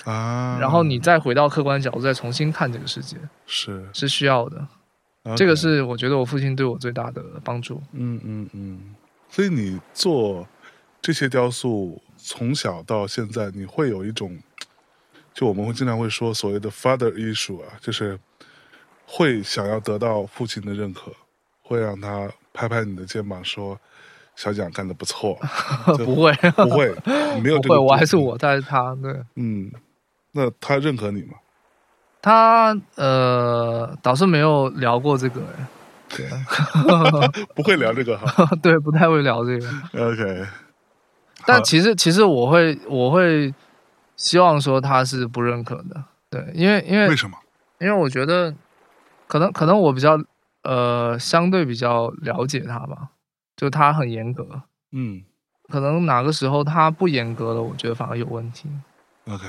啊，然后你再回到客观角度再重新看这个世界，是是需要的。这个 OK 是我觉得我父亲对我最大的帮助。嗯嗯嗯，所以你做这些雕塑，从小到现在，你会有一种，就我们会经常会说所谓的 father issue 啊，就是会想要得到父亲的认可，会让他拍拍你的肩膀说：“小蒋干得不 错。就不会，不会， 没有这不会，个，我还是。我，他是他。对嗯，那他认可你吗？他呃，倒是没有聊过这个，欸不会聊这个哈。 对，不太会聊这个。 OK，但其实其实我会我会希望说他是不认可的，对，因为因为为什么？因为我觉得可能可能我比较呃相对比较了解他吧，就他很严格，嗯可能哪个时候他不严格了，我觉得反而有问题。 ，OK，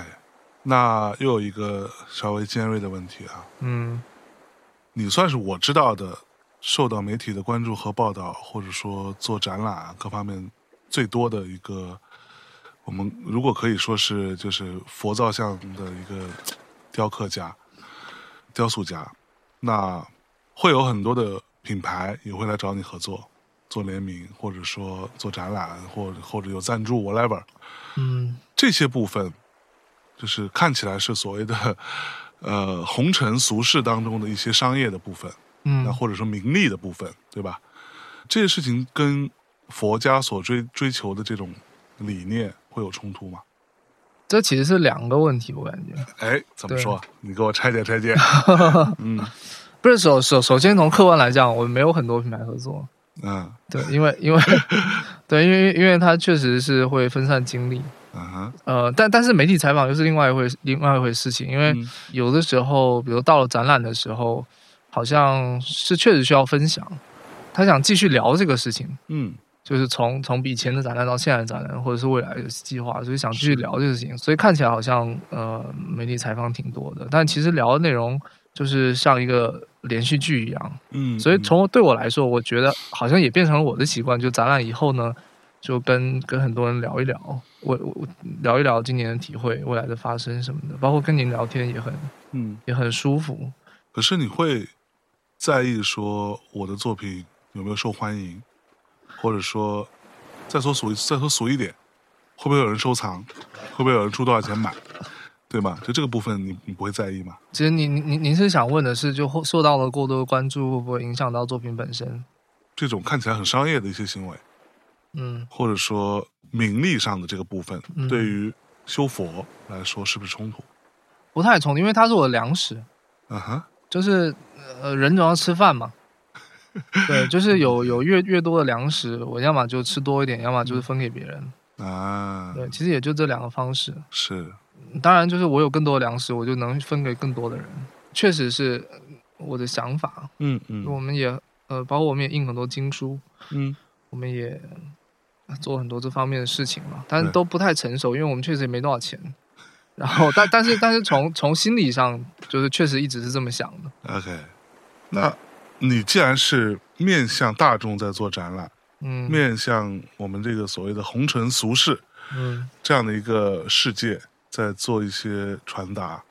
那又有一个稍微尖锐的问题啊。嗯，你算是我知道的受到媒体的关注和报道，或者说做展览啊各方面最多的一个，我们如果可以说是就是佛造像的一个雕刻家、雕塑家，那会有很多的品牌也会来找你合作。做联名，或者说做展览，或者或者有赞助，whatever，嗯，这些部分，就是看起来是所谓的， 呃，红尘俗世当中的一些商业的部分，那嗯，或者说名利的部分，对吧？这些事情跟佛家所追追求的这种理念会有冲突吗？这其实是两个问题，我感觉哎，怎么说？你给我拆解拆解。嗯不是首首首先从客观来讲，我没有很多品牌合作，嗯对，因 为因为对，因为因为他确实是会分散精力，嗯哼呃，但但是媒体采访又是另外一回另外一回事情，因为嗯有的时候，比如到了展览的时候，好像是确实需要分享，他想继续聊这个事情，嗯就是从从以前的展览到现在的展览，或者是未来的计划，所以想继续聊这个事情，所以看起来好像呃媒体采访挺多的，但其实聊的内容就是像一个连续剧一样，嗯。所以从对我来说，我觉得好像也变成了我的习惯，就展览以后呢，就跟跟很多人聊一聊，我我聊一聊今年的体会、未来的发生什么的，包括跟您聊天也很嗯，也很舒服。可是你会在意说我的作品有没有受欢迎，或者说再说俗再说俗一点，会不会有人收藏，会不会有人出多少钱买，对吧？就这个部分你你不会在意吗？其实您您您您是想问的是，就受到了过多的关注，会不会影响到作品本身？这种看起来很商业的一些行为，嗯，或者说名利上的这个部分，嗯对于修佛来说是不是冲突？不太冲，因为它是我的粮食，啊哈，就是呃人总要吃饭嘛。对，就是有有越越多的粮食，我要么就吃多一点，要么就是分给别人。啊，对，其实也就这两个方式。是，当然，就是我有更多的粮食，我就能分给更多的人。确实是呃我的想法。嗯嗯我们也呃，包括我们也印很多经书，嗯我们也呃做很多这方面的事情嘛，但是对都不太成熟，因为我们确实也没多少钱。然后， 但但是但是从从心理上，就是确实一直是这么想的。 ，OK，那你既然是面向大众在做展览。嗯面向我们这个所谓的红尘俗世嗯这样的一个世界，在做一些传达，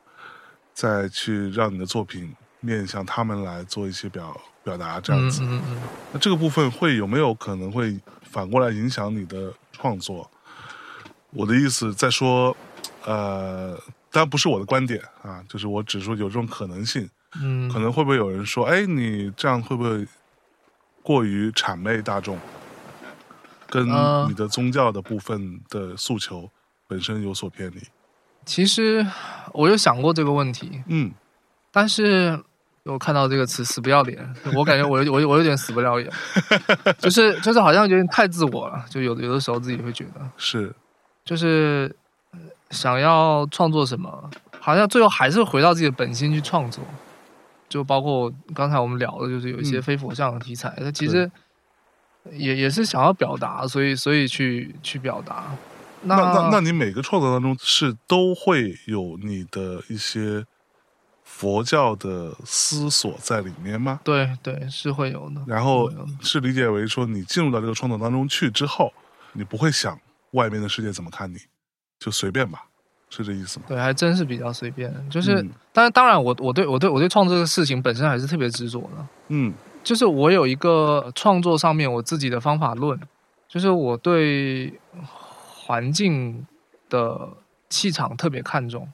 再去让你的作品面向他们来做一些表表达，这样嗯子。嗯嗯那这个部分会有没有可能会反过来影响你的创作？我的意思在说，呃，当然不是我的观点啊，就是我只是说有这种可能性。嗯，可能会不会有人说，哎，你这样会不会过于谄媚大众，跟呃你的宗教的部分的诉求本身有所偏离？其实我有想过这个问题，嗯，但是我看到这个词“死不要脸”，我感觉我有我有我有点死不要脸，就是就是好像有点太自我了，就有的有的时候自己会觉得，是，就是呃想要创作什么，好像最后还是回到自己的本心去创作。就包括刚才我们聊的，就是有一些嗯非佛像的题材，那、其实也也是想要表达，所以所以去去表达。那那那那你每个创作当中是都会有你的一些佛教的思索在里面吗？对对，是会有的。然后会有的是理解为说，你进入到这个创作当中去之后，你不会想外面的世界怎么看你，就随便吧，是这意思吗？对，还真是比较随便。就是，嗯但是当然我，我对我对我对创作这个事情本身还是特别执着的。嗯就是我有一个创作上面我自己的方法论，就是我对环境的气场特别看重。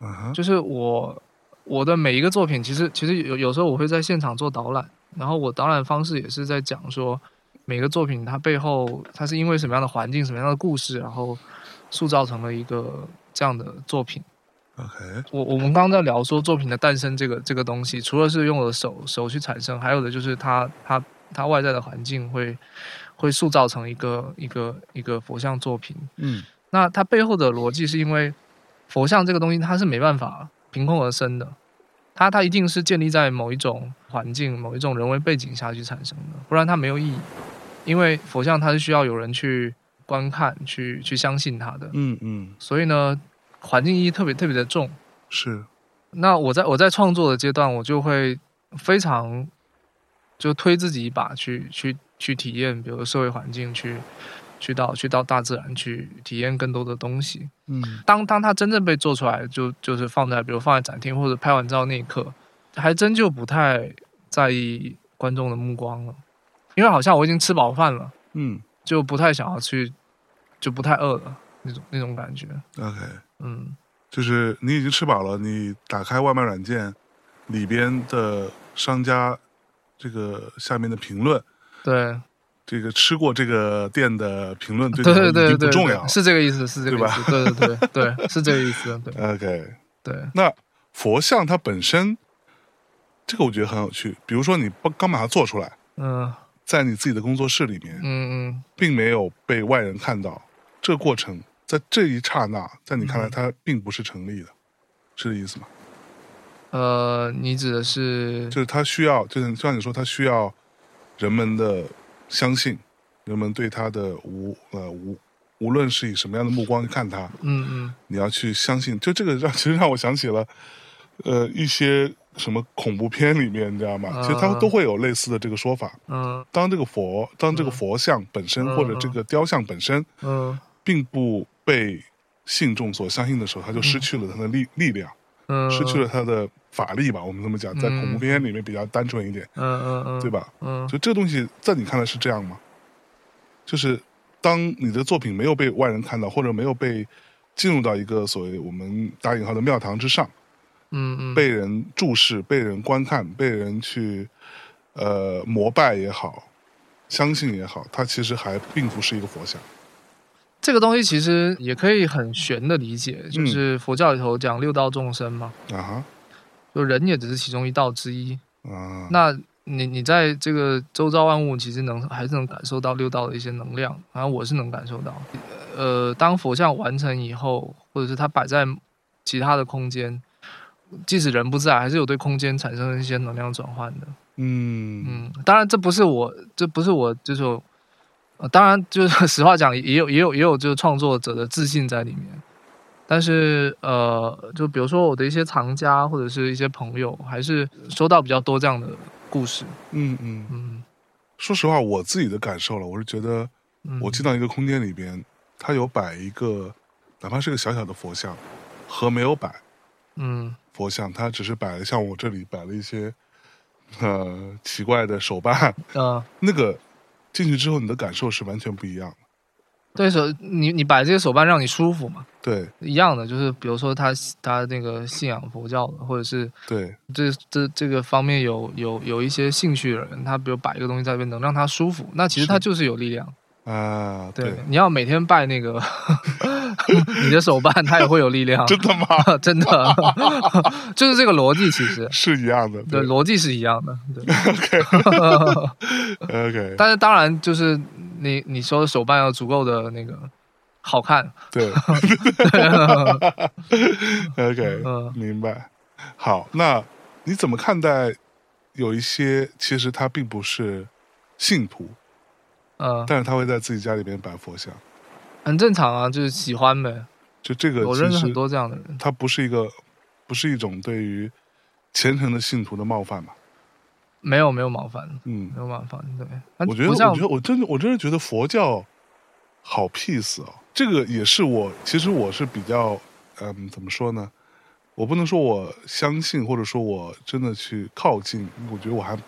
嗯哼就是我我的每一个作品，其实其实有有时候我会在现场做导览，然后我导览方式也是在讲说每个作品它背后它是因为什么样的环境、什么样的故事，然后塑造成了一个这样的作品。 ，OK，我我们刚刚在聊说作品的诞生这个这个东西，除了是用我的手手去产生，还有的就是它它它外在的环境会会塑造成一个一个一个佛像作品。嗯那它背后的逻辑是因为佛像这个东西它是没办法凭空而生的，它它一定是建立在某一种环境、某一种人为背景下去产生的，不然它没有意义。因为佛像它是需要有人去观看、去去相信它的，嗯嗯，所以呢，环境意义特别特别的重。是，那我在我在创作的阶段，我就会非常就推自己一把去，去去体验，比如社会环境，去去到去到大自然去体验更多的东西。嗯当当它真正被做出来，就就是放在比如放在展厅或者拍完照那一刻，还真就不太在意观众的目光了，因为好像我已经吃饱饭了，嗯就不太想要去，就不太饿了那种那种感觉。 ，OK，嗯，就是你已经吃饱了，你打开外卖软件里边的商家这个下面的评论，对，这个吃过这个店的评论对对你对已对经对，不重要了。是这个意思，是这个对意吧思，对对对对，是这个意思， 对 OK，对那佛像它本身，这个我觉得很有趣。比如说你帮刚把它做出来，嗯在你自己的工作室里面，嗯嗯，并没有被外人看到，这个过程在这一刹那，在你看来嗯它并不是成立的，是这意思吗？呃，你指的是就是它需要，就是像你说，它需要人们的相信，人们对它的无呃无，无论是以什么样的目光去看它，嗯嗯你要去相信。就这个让其实让我想起了，呃，一些什么恐怖片里面，你知道吗？啊其实它都会有类似的这个说法。嗯当这个佛，当这个佛像本身、嗯或者这个雕像本身，嗯并不被信众所相信的时候，它就失去了它的力、力量，嗯，失去了它的法力吧。我们这么讲，在恐怖片里面比较单纯一点，嗯，嗯嗯嗯，对？吧？嗯就这个东西，在你看来是这样吗？就是当你的作品没有被外人看到，或者没有被进入到一个所谓我们打引号的庙堂之上，嗯嗯，被人注视、被人观看、被人去呃膜拜也好，相信也好，它其实还并不是一个佛像。这个东西其实也可以很玄的理解，嗯就是佛教里头讲六道众生嘛，啊就人也只是其中一道之一。哈啊，那你你在这个周遭万物，其实能还是能感受到六道的一些能量，反正我是能感受到。呃，当佛像完成以后，或者是它摆在其他的空间，即使人不在，还是有对空间产生一些能量转换的。嗯嗯，当然这不是我，这不是我就是我。呃当然，就是 实话讲，也有也有也有就是创作者的自信在里面，但是呃，就比如说我的一些藏家或者是一些朋友，还是收到比较多这样的故事，嗯嗯，嗯，说实话，我自己的感受了，我是觉得嗯我进到一个空间里边，它有摆一个，哪怕是个小小的佛像，和没有摆。嗯佛像，它只是摆了像我这里摆了一些呃奇怪的手办，呃，那个进去之后你的感受是完全不一样的。对手你你摆这些手办让你舒服嘛，对一样的就是比如说他他那个信仰佛教的，或者是对，这这这个方面有有有一些兴趣的人，他比如摆一个东西在那边能让他舒服，那其实是他就是有力量。啊，对，你要每天拜那个 你的手办，他也会有力量，真的吗？ 真的， 就是这个逻辑其实。是一样的。对，逻辑是一样的。对，OK，但是当然就是你你说的手办要足够的那个好看， 对，OK，嗯明白。好，那你怎么看待有一些其实他并不是信徒，嗯，但是他会在自己家里边摆佛像？很正常啊，就是喜欢呗。就这个，我其认识实很多这样的人，它不是一个，不是一种对于虔诚的信徒的冒犯嘛。没有没有麻烦，嗯，没有麻烦。对，我觉得，不我像觉得我真的我真的觉得佛教好 peace 哦，这个也是我其实我是比较嗯怎么说呢？我不能说我相信，或者说我真的去靠近，我觉得我还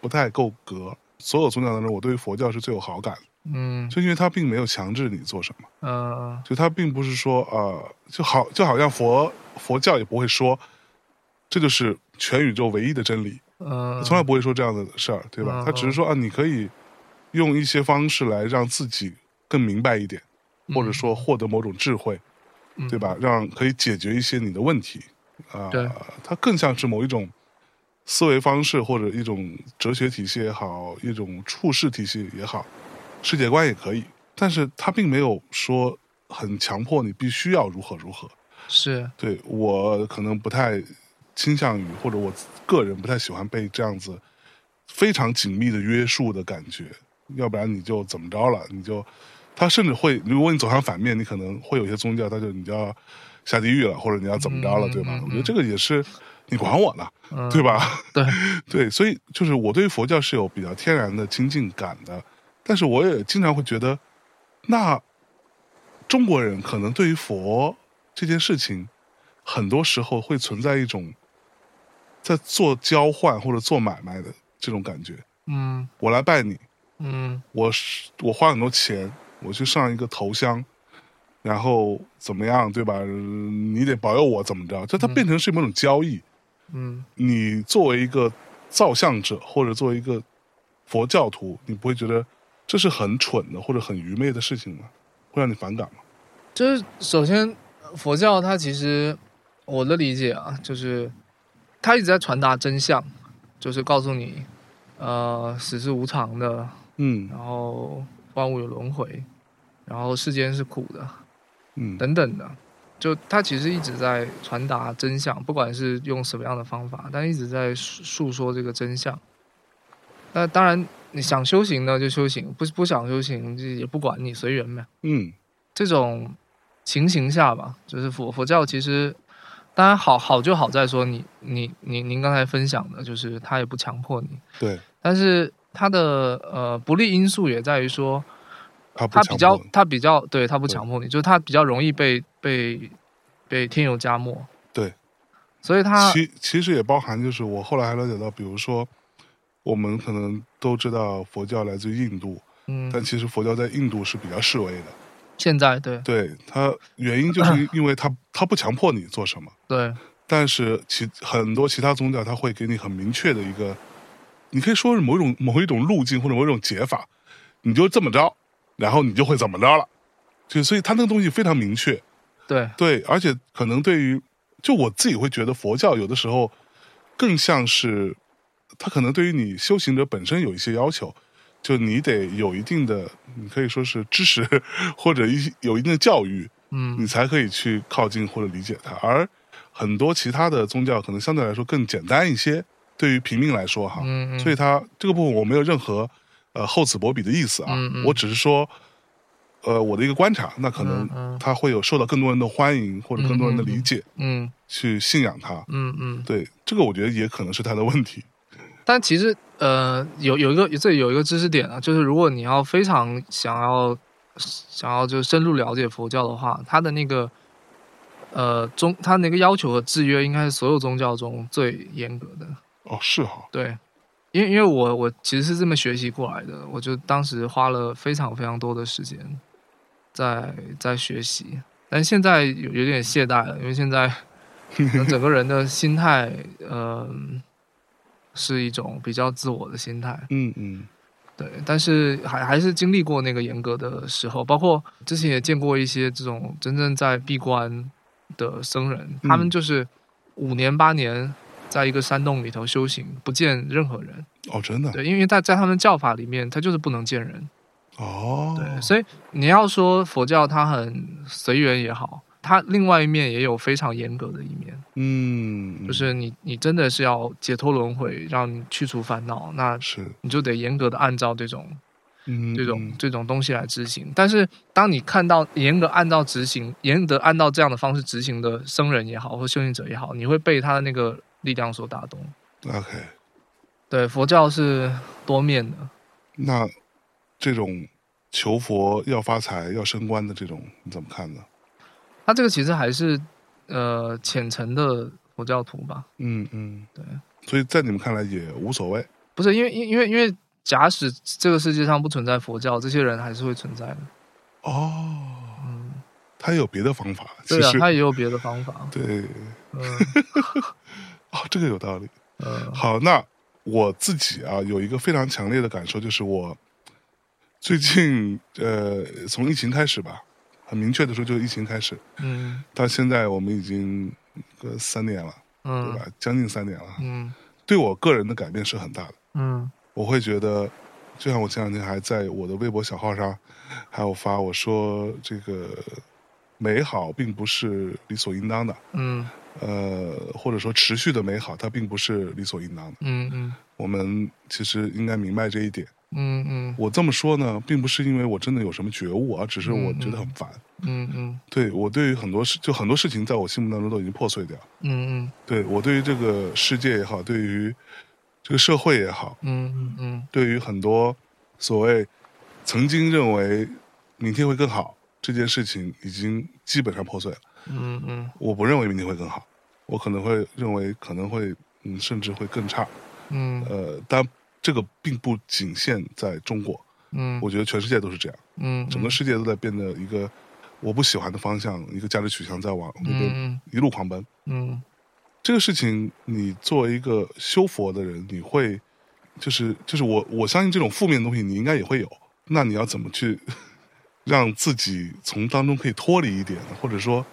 不太够格。所有宗教当中，我对于佛教是最有好感的，嗯就因为它并没有强制你做什么，呃就它并不是说呃，就好就好像佛佛教也不会说这就是全宇宙唯一的真理，呃，从来不会说这样的事儿，对吧？嗯他只是说啊，你可以用一些方式来让自己更明白一点，或者说获得某种智慧，嗯对？吧？让可以解决一些你的问题啊。对它更像是某一种思维方式，或者一种哲学体系也好，一种处世体系也好，世界观也可以。但是它并没有说很强迫你必须要如何如何。是，对我可能不太倾向于，或者我个人不太喜欢被这样子非常紧密的约束的感觉，要不然你就怎么着了，你就他甚至会，如果你走上反面，你可能会有些宗教，他就你就要下地狱了，或者你要怎么着了，嗯对吧？嗯我觉得这个也是你管我呢，嗯对？吧？ 对 对，所以就是我对佛教是有比较天然的亲近感的，但是我也经常会觉得，那中国人可能对于佛这件事情，很多时候会存在一种在做交换或者做买卖的这种感觉。嗯我来拜你，嗯我是我花很多钱，我去上一个头香，然后怎么样，对吧？你得保佑我怎么着？就它变成是某种交易。嗯你作为一个造像者或者作为一个佛教徒，你不会觉得这是很蠢的或者很愚昧的事情吗？会让你反感吗？就是首先，佛教它其实我的理解啊，就是它一直在传达真相，就是告诉你，呃，死是无常的，嗯然后万物有轮回，然后世间是苦的，嗯等等的，就它其实一直在传达真相，不管是用什么样的方法，但一直在诉诉说这个真相。那当然，你想修行呢就修行，不不想修行就也不管你，随缘呗。嗯这种情形下吧，就是佛佛教其实，当然好好就好在说你你你您刚才分享的，就是他也不强迫你，对，但是它的呃不利因素也在于说，他不他强比较迫他比较对他不对强迫你，就是他比较容易被被被添油加墨。对，所以他其其实也包含就是我后来还了解到，比如说我们可能都知道佛教来自于印度，嗯，但其实佛教在印度是比较示威的。现在对对它原因 就是因为它它不强迫你做什么，对但是其很多其他宗教它会给你很明确的一个，你可以说是某一种某一种路径或者某一种解法，你就这么着，然后你就会怎么着了，就所以它那个东西非常明确，对，对，而且可能对于就我自己会觉得佛教有的时候更像是，它可能对于你修行者本身有一些要求，就你得有一定的，你可以说是知识 或者一有一定的教育，嗯你才可以去靠近或者理解它。而很多其他的宗教可能相对来说更简单一些，对于平民来说哈，嗯嗯，所以它这个部分我没有任何呃厚此薄彼的意思啊，嗯嗯我只是说，呃，我的一个观察，那可能嗯嗯它会有受到更多人的欢迎或者更多人的理解，嗯去信仰它。嗯嗯，对，这个我觉得也可能是他的问题。但其实呃有有一个这里有一个知识点啊，就是如果你要非常想要想要就深入了解佛教的话，它的那个。呃，宗它那个要求和制约应该是所有宗教中最严格的。哦，是哈，对，因为因为我我其实是这么学习过来的，我就当时花了非常非常多的时间在在学习，但现在有有点懈怠了，因为现在可能整个人的心态，呃，是一种比较自我的心态。嗯嗯对，但是还还是经历过那个严格的时候，包括之前也见过一些这种真正在闭关的僧人，他们就是五年八年在一个山洞里头修行，不见任何人。哦，真的 对，因为他在他们教法里面，他就是不能见人。哦，对，所以你要说佛教它很随缘也好，它另外一面也有非常严格的一面，嗯，就是你你真的是要解脱轮回，让你去除烦恼，那是，你就得严格的按照这种嗯，这种嗯这种东西来执行。但是，当你看到严格按照执行、严格按照这样的方式执行的僧人也好，或修行者也好，你会被他的那个力量所打动。嗯 OK，对，佛教是多面的，那这种求佛要发财要升官的这种，你怎么看呢？它这个其实还是呃浅层的佛教徒吧。嗯嗯，对。所以在你们看来也无所谓。不是因为因因为因为假使这个世界上不存在佛教，这些人还是会存在的。哦，嗯，他也有别的方法，其对啊实，他也有别的方法。对嗯哦，这个有道理。 呃，好，那我自己啊有一个非常强烈的感受，就是我最近呃从疫情开始吧，很明确的说就是疫情开始嗯到现在，我们已经个三年了，对嗯吧？将近三年了，嗯对我个人的改变是很大的。嗯我会觉得，就像我前两天还在我的微博小号上，还有发我说这个美好并不是理所应当的，嗯呃，或者说持续的美好它并不是理所应当的。嗯嗯我们其实应该明白这一点。嗯嗯我这么说呢，并不是因为我真的有什么觉悟啊，只是我嗯嗯觉得很烦。嗯对我对于很多事，就很多事情在我心目当中都已经破碎掉。嗯对我对于这个世界也好，对于这个社会也好，嗯嗯对于很多所谓曾经认为明天会更好这件事情，已经基本上破碎了。嗯嗯我不认为明天会更好，我可能会认为可能会嗯，甚至会更差。嗯呃，但这个并不仅限在中国，嗯，我觉得全世界都是这样，嗯整个世界都在变得一个我不喜欢的方向，一个价值取向在往那边嗯一路狂奔。嗯这个事情，你作为一个修佛的人，你会就是就是我我相信这种负面的东西，你应该也会有。那你要怎么去 让自己从当中可以脱离一点呢？或者说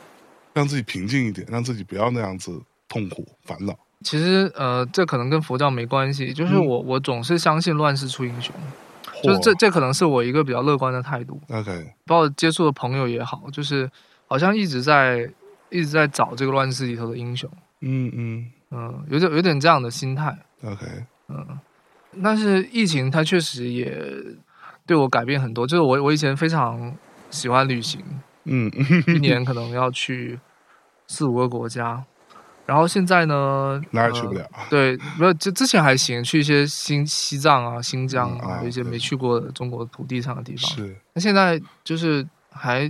让自己平静一点，让自己不要那样子痛苦烦恼？其实呃，这可能跟佛教没关系，就是嗯我我总是相信乱世出英雄，就是这嚯这可能是我一个比较乐观的态度。 OK 包括接触的朋友也好，就是好像一直在一直在找这个乱世里头的英雄，嗯嗯嗯，有点有点这样的心态， OK 嗯。但是疫情它确实也对我改变很多，就是我我以前非常喜欢 旅行，嗯嗯一年可能要去四五个国家，然后现在呢，哪儿也去不呃了。啊对，没有，就之前还行，去一些新西藏啊、新疆嗯啊，啊有一些对没去过的中国土地上的地方。是，那现在就是还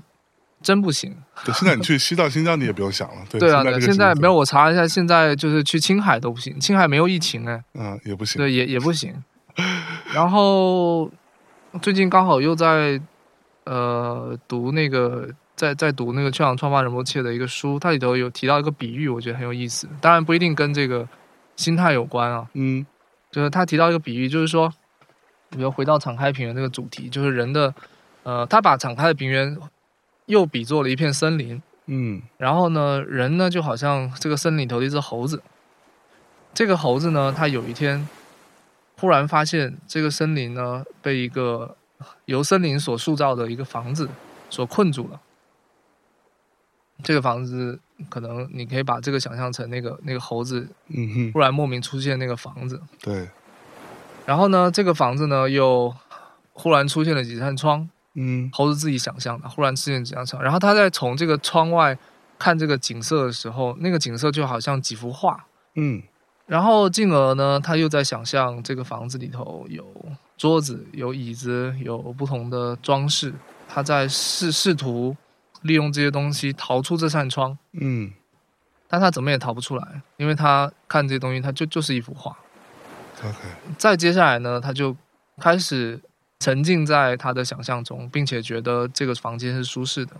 真不行，对，现在你去西藏、新疆，你也不用想了。对对啊，现在对这个现在情况没有，我查了一下，现在就是去青海都不行，青海没有疫情哎，嗯也不行。对，也也不行。然后最近刚好又在呃读那个在在读那个《圈养创办人默切》的一个书，它里头有提到一个比喻，我觉得很有意思。当然不一定跟这个心态有关啊，嗯就是他提到一个比喻，就是说，比如回到敞开平原这个主题，就是人的呃，他把敞开的平原又比作了一片森林，嗯然后呢，人呢就好像这个森林里头的一只猴子。这个猴子呢，它有一天忽然发现这个森林呢被一个由森林所塑造的一个房子所困住了。这个房子可能你可以把这个想象成那个那个猴子嗯哼，忽然莫名出现那个房子，对，然后呢，这个房子呢又忽然出现了几扇窗，嗯猴子自己想象的，忽然出现这样想，然后他在从这个窗外看这个景色的时候，那个景色就好像几幅画，嗯然后进而呢，他又在想象这个房子里头有桌子、有椅子、有不同的装饰，他在试试图利用这些东西逃出这扇窗，嗯但他怎么也逃不出来，因为他看这些东西，他就就是一幅画。 OK 再接下来呢，他就开始沉浸在他的想象中，并且觉得这个房间是舒适的。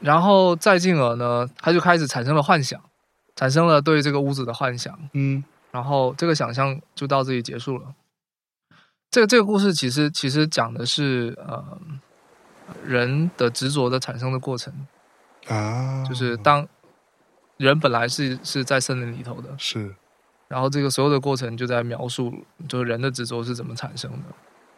然后再进而呢，他就开始产生了幻想，产生了对这个屋子的幻想。嗯然后这个想象就到这里结束了。这个这个故事其实其实讲的是呃人的执着的产生的过程，啊，就是当人本来是是在森林里头的，是然后这个所有的过程就在描述，就是人的执着是怎么产生的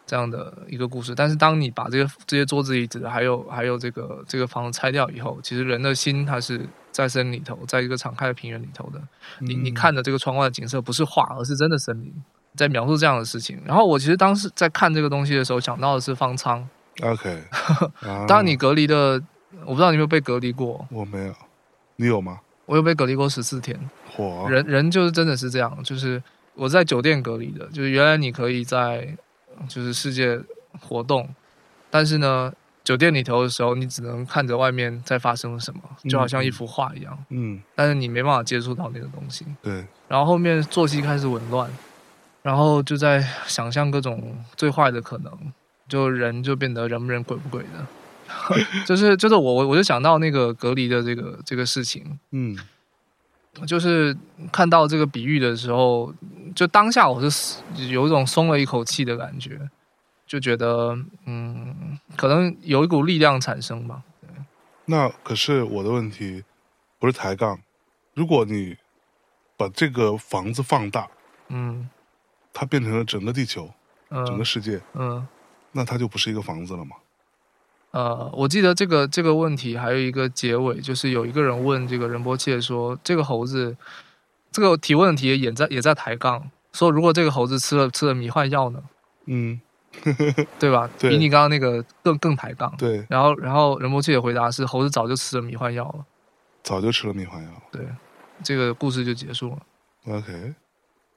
这样的一个故事。但是当你把这个这些桌子、椅子，还有还有这个这个房子拆掉以后，其实人的心它是在森林里头，在一个敞开的平原里头的。你你嗯看着这个窗外的景色，不是画，而是真的森林在描述这样的事情。然后我其实当时在看这个东西的时候，想到的是方舱。 OK 啊。当你隔离的，我不知道你有没有被隔离过，我没有，你有吗？我又被隔离过十四天。火人人就是真的是这样，就是我在酒店隔离的，就是原来你可以在就是世界活动，但是呢，酒店里头的时候，你只能看着外面在发生了什么，就好像一幅画一样，嗯，但是你没办法接触到那个东西。对，然后后面作息开始紊乱，然后就在想象各种最坏的可能，就人就变得人不人鬼不鬼的， 就是就是我我我就想到那个隔离的这个这个事情，嗯就是看到这个比喻的时候，就当下我是松有一种松了一口气的感觉，就觉得嗯，可能有一股力量产生吧。那可是我的问题不是抬杠，如果你把这个房子放大，嗯它变成了整个地球、整嗯个世界，嗯那它就不是一个房子了嘛？呃，我记得这个这个问题还有一个结尾，就是有一个人问这个仁波切说，这个猴子这个提问题也在也在抬杠，说如果这个猴子吃了吃了迷幻药呢，嗯，对吧？对比你刚刚那个更更抬杠。对，然后，然后仁波切的回答是，猴子早就吃了迷幻药了。早就吃了迷幻药了。这个故事就结束了。 OK，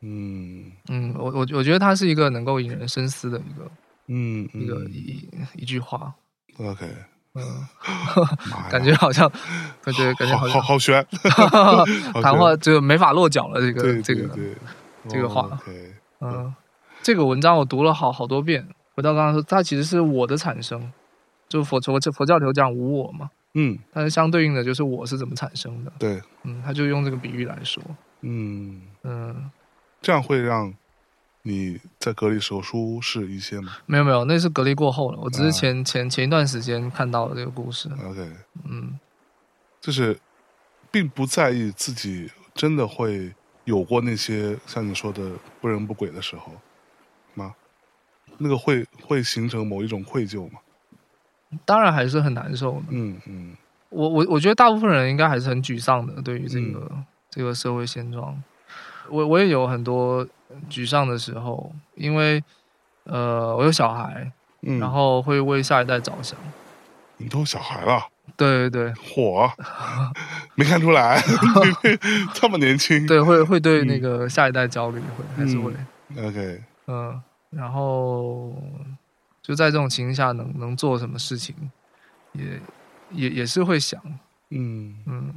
嗯嗯，我我我觉得它是一个能够引人深思的一个、嗯一个嗯一一句话， ，OK，嗯，妈呀感觉好像，感觉感觉好好好像好 悬，好谈悬话就没法落脚了。这个对这对个，对，哦这个话 OK，嗯，这个文章我读了好好多遍。回到刚刚说，它其实是我的产生，就佛佛佛教里头讲无我嘛，嗯，但是相对应的就是我是怎么产生的。对，嗯，他就用这个比喻来说，嗯。嗯，这样会让你在隔离时候舒适一些吗没有没有，那是隔离过后了，我只啊是前、前前一段时间看到了这个故事， ？OK，嗯。就是并不在意自己真的会有过那些像你说的不人不鬼的时候吗？那个会会形成某一种愧疚吗？当然还是很难受的。嗯嗯我我我觉得大部分人应该还是很沮丧的，对于嗯这个、这个社会现状。我我也有很多沮丧的时候，因为呃，我有小孩，嗯，然后会为下一代着想。你都有小孩了，对对对火 没看出 来， 这么年轻。对，会会对嗯那个下一代焦虑，会还是会， OK，嗯、然后就在这种情形下能，能做什么事情，也也也是会想，嗯嗯，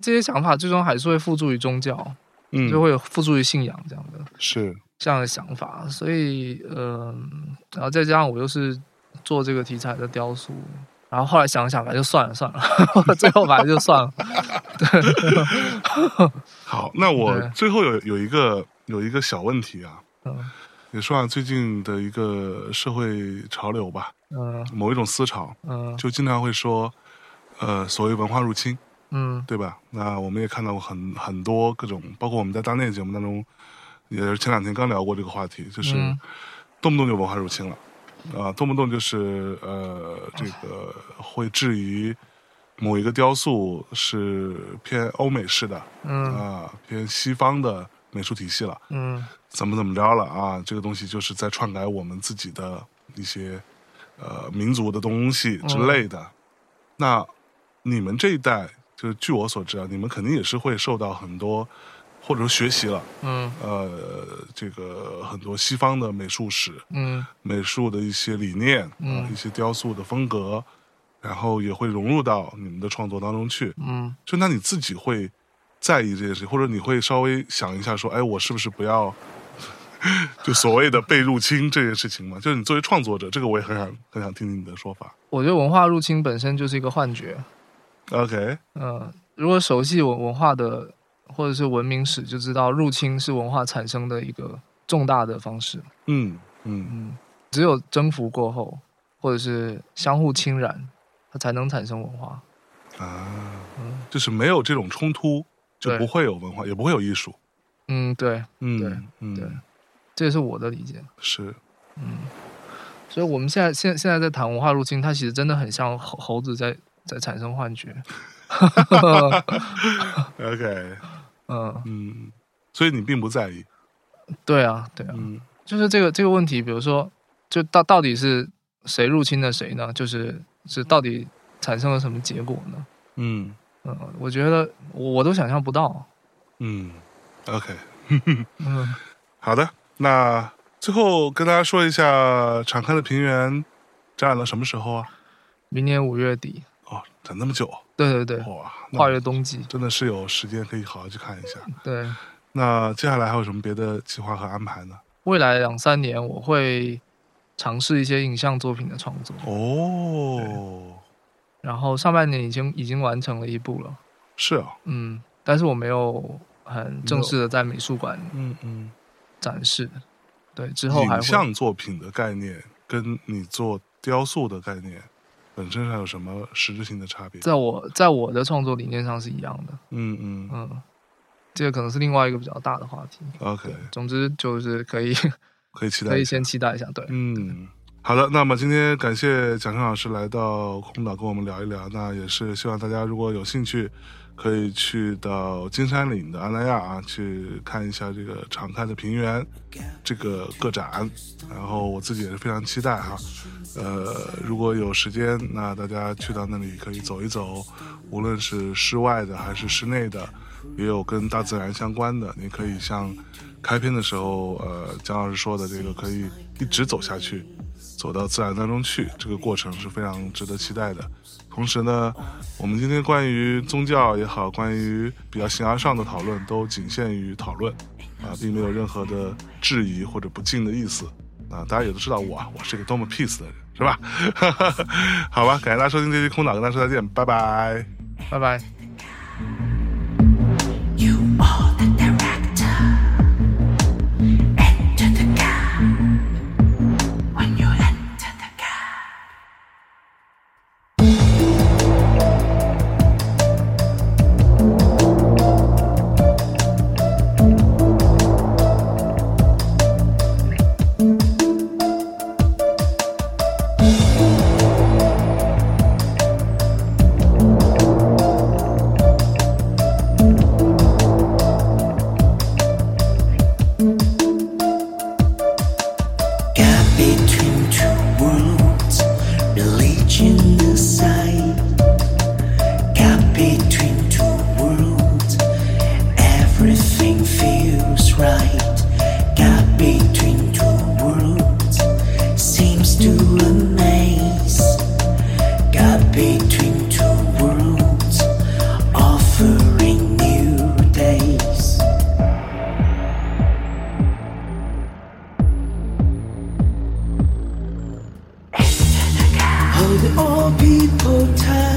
这些想法最终还是会付诸于宗教。嗯，就会有付诸于信仰这样的是这样的想法，所以呃，然后再加上我又是做这个题材的雕塑，然后后来想想，反正就算了算了， 最后反正就算了。好。那我对最后有有一个有一个小问题啊，嗯也算最近的一个社会潮流吧，嗯某一种思潮，嗯就经常会说，呃，所谓文化入侵，嗯对吧？那我们也看到过很很多各种，包括我们在当内节目当中，也是前两天刚聊过这个话题，就是嗯动不动就文化入侵了，啊、动不动就是呃，这个会质疑某一个雕塑是偏欧美式的啊、嗯偏西方的美术体系了。嗯怎么怎么着了啊？这个东西就是在篡改我们自己的一些呃民族的东西之类的。嗯那你们这一代，就是据我所知啊，你们肯定也是会受到很多，或者说学习了嗯呃这个很多西方的美术史、嗯美术的一些理念啊、嗯一些雕塑的风格，然后也会融入到你们的创作当中去。嗯就那你自己会在意这件事，或者你会稍微想一下说，哎，我是不是不要 就所谓的被入侵这件事情嘛？就是你作为创作者，这个我也很想很想听听你的说法。我觉得文化入侵本身就是一个幻觉。 OK，嗯、如果熟悉文文化的或者是文明史，就知道入侵是文化产生的一个重大的方式。嗯嗯嗯，只有征服过后，或者是相互侵染，它才能产生文化。啊，嗯就是没有这种冲突，就对不会有文化，也不会有艺术。嗯，对，嗯对嗯对这也是我的理解。是所以我们现在现现在在谈文化入侵，它其实真的很像猴猴子在在产生幻觉。 OK，嗯，嗯，所以你并不在意，对啊，对啊，嗯就是这个这个问题，比如说，就到到底是谁入侵了谁呢？就是是到底产生了什么结果呢？嗯嗯，我觉得我我都想象不到。嗯，OK，嗯，好的，那最后跟大家说一下，敞开的平原展览到什么时候啊？明年五月底，哦，展那么久，对对对，哇，那跨越冬季，真的是有时间可以好好去看一下。对。那接下来还有什么别的计划和安排呢？未来两三年我会尝试一些影像作品的创作，哦，然后上半年已经已经完成了一部了，是啊，嗯，但是我没有很正式的在美术馆嗯嗯，展示，对，之后还影会像作品的概念跟你做雕塑的概念本身上有什么实质性的差别？在我在我的创作理念上是一样的，嗯嗯嗯，这个可能是另外一个比较大的话题， ，OK，总之就是可以可以期待可一以下。先期待一下，对，嗯，好的，那么今天感谢蒋胜老师来到空岛跟我们聊一聊，那也是希望大家如果有兴趣，可以去到金山岭的安那亚啊，去看一下这个常开的平原这个个展，然后我自己也是非常期待哈、呃，如果有时间，那大家去到那里可以走一走，无论是室外的还是室内的，也有跟大自然相关的。你可以像开篇的时候，呃，姜老师说的这个，可以一直走下去，走到自然当中去，这个过程是非常值得期待的。同时呢，我们今天关于宗教也好，关于比较形而上的讨论，都仅限于讨论，啊，并没有任何的质疑或者不敬的意思。啊，大家也都知道我，啊，我是一个多么 peace 的人，是吧？ 好吧，感谢大家收听这期空岛，跟大家说再见，拜拜。拜拜。 You are the director. Enter the gap. When you enter the gap. Gap between two worlds, religion aside. Gap between two worlds, everything feels right. Gap between two worlds seems to amaze. Gap between two worlds, offering new days. Hold all people tight.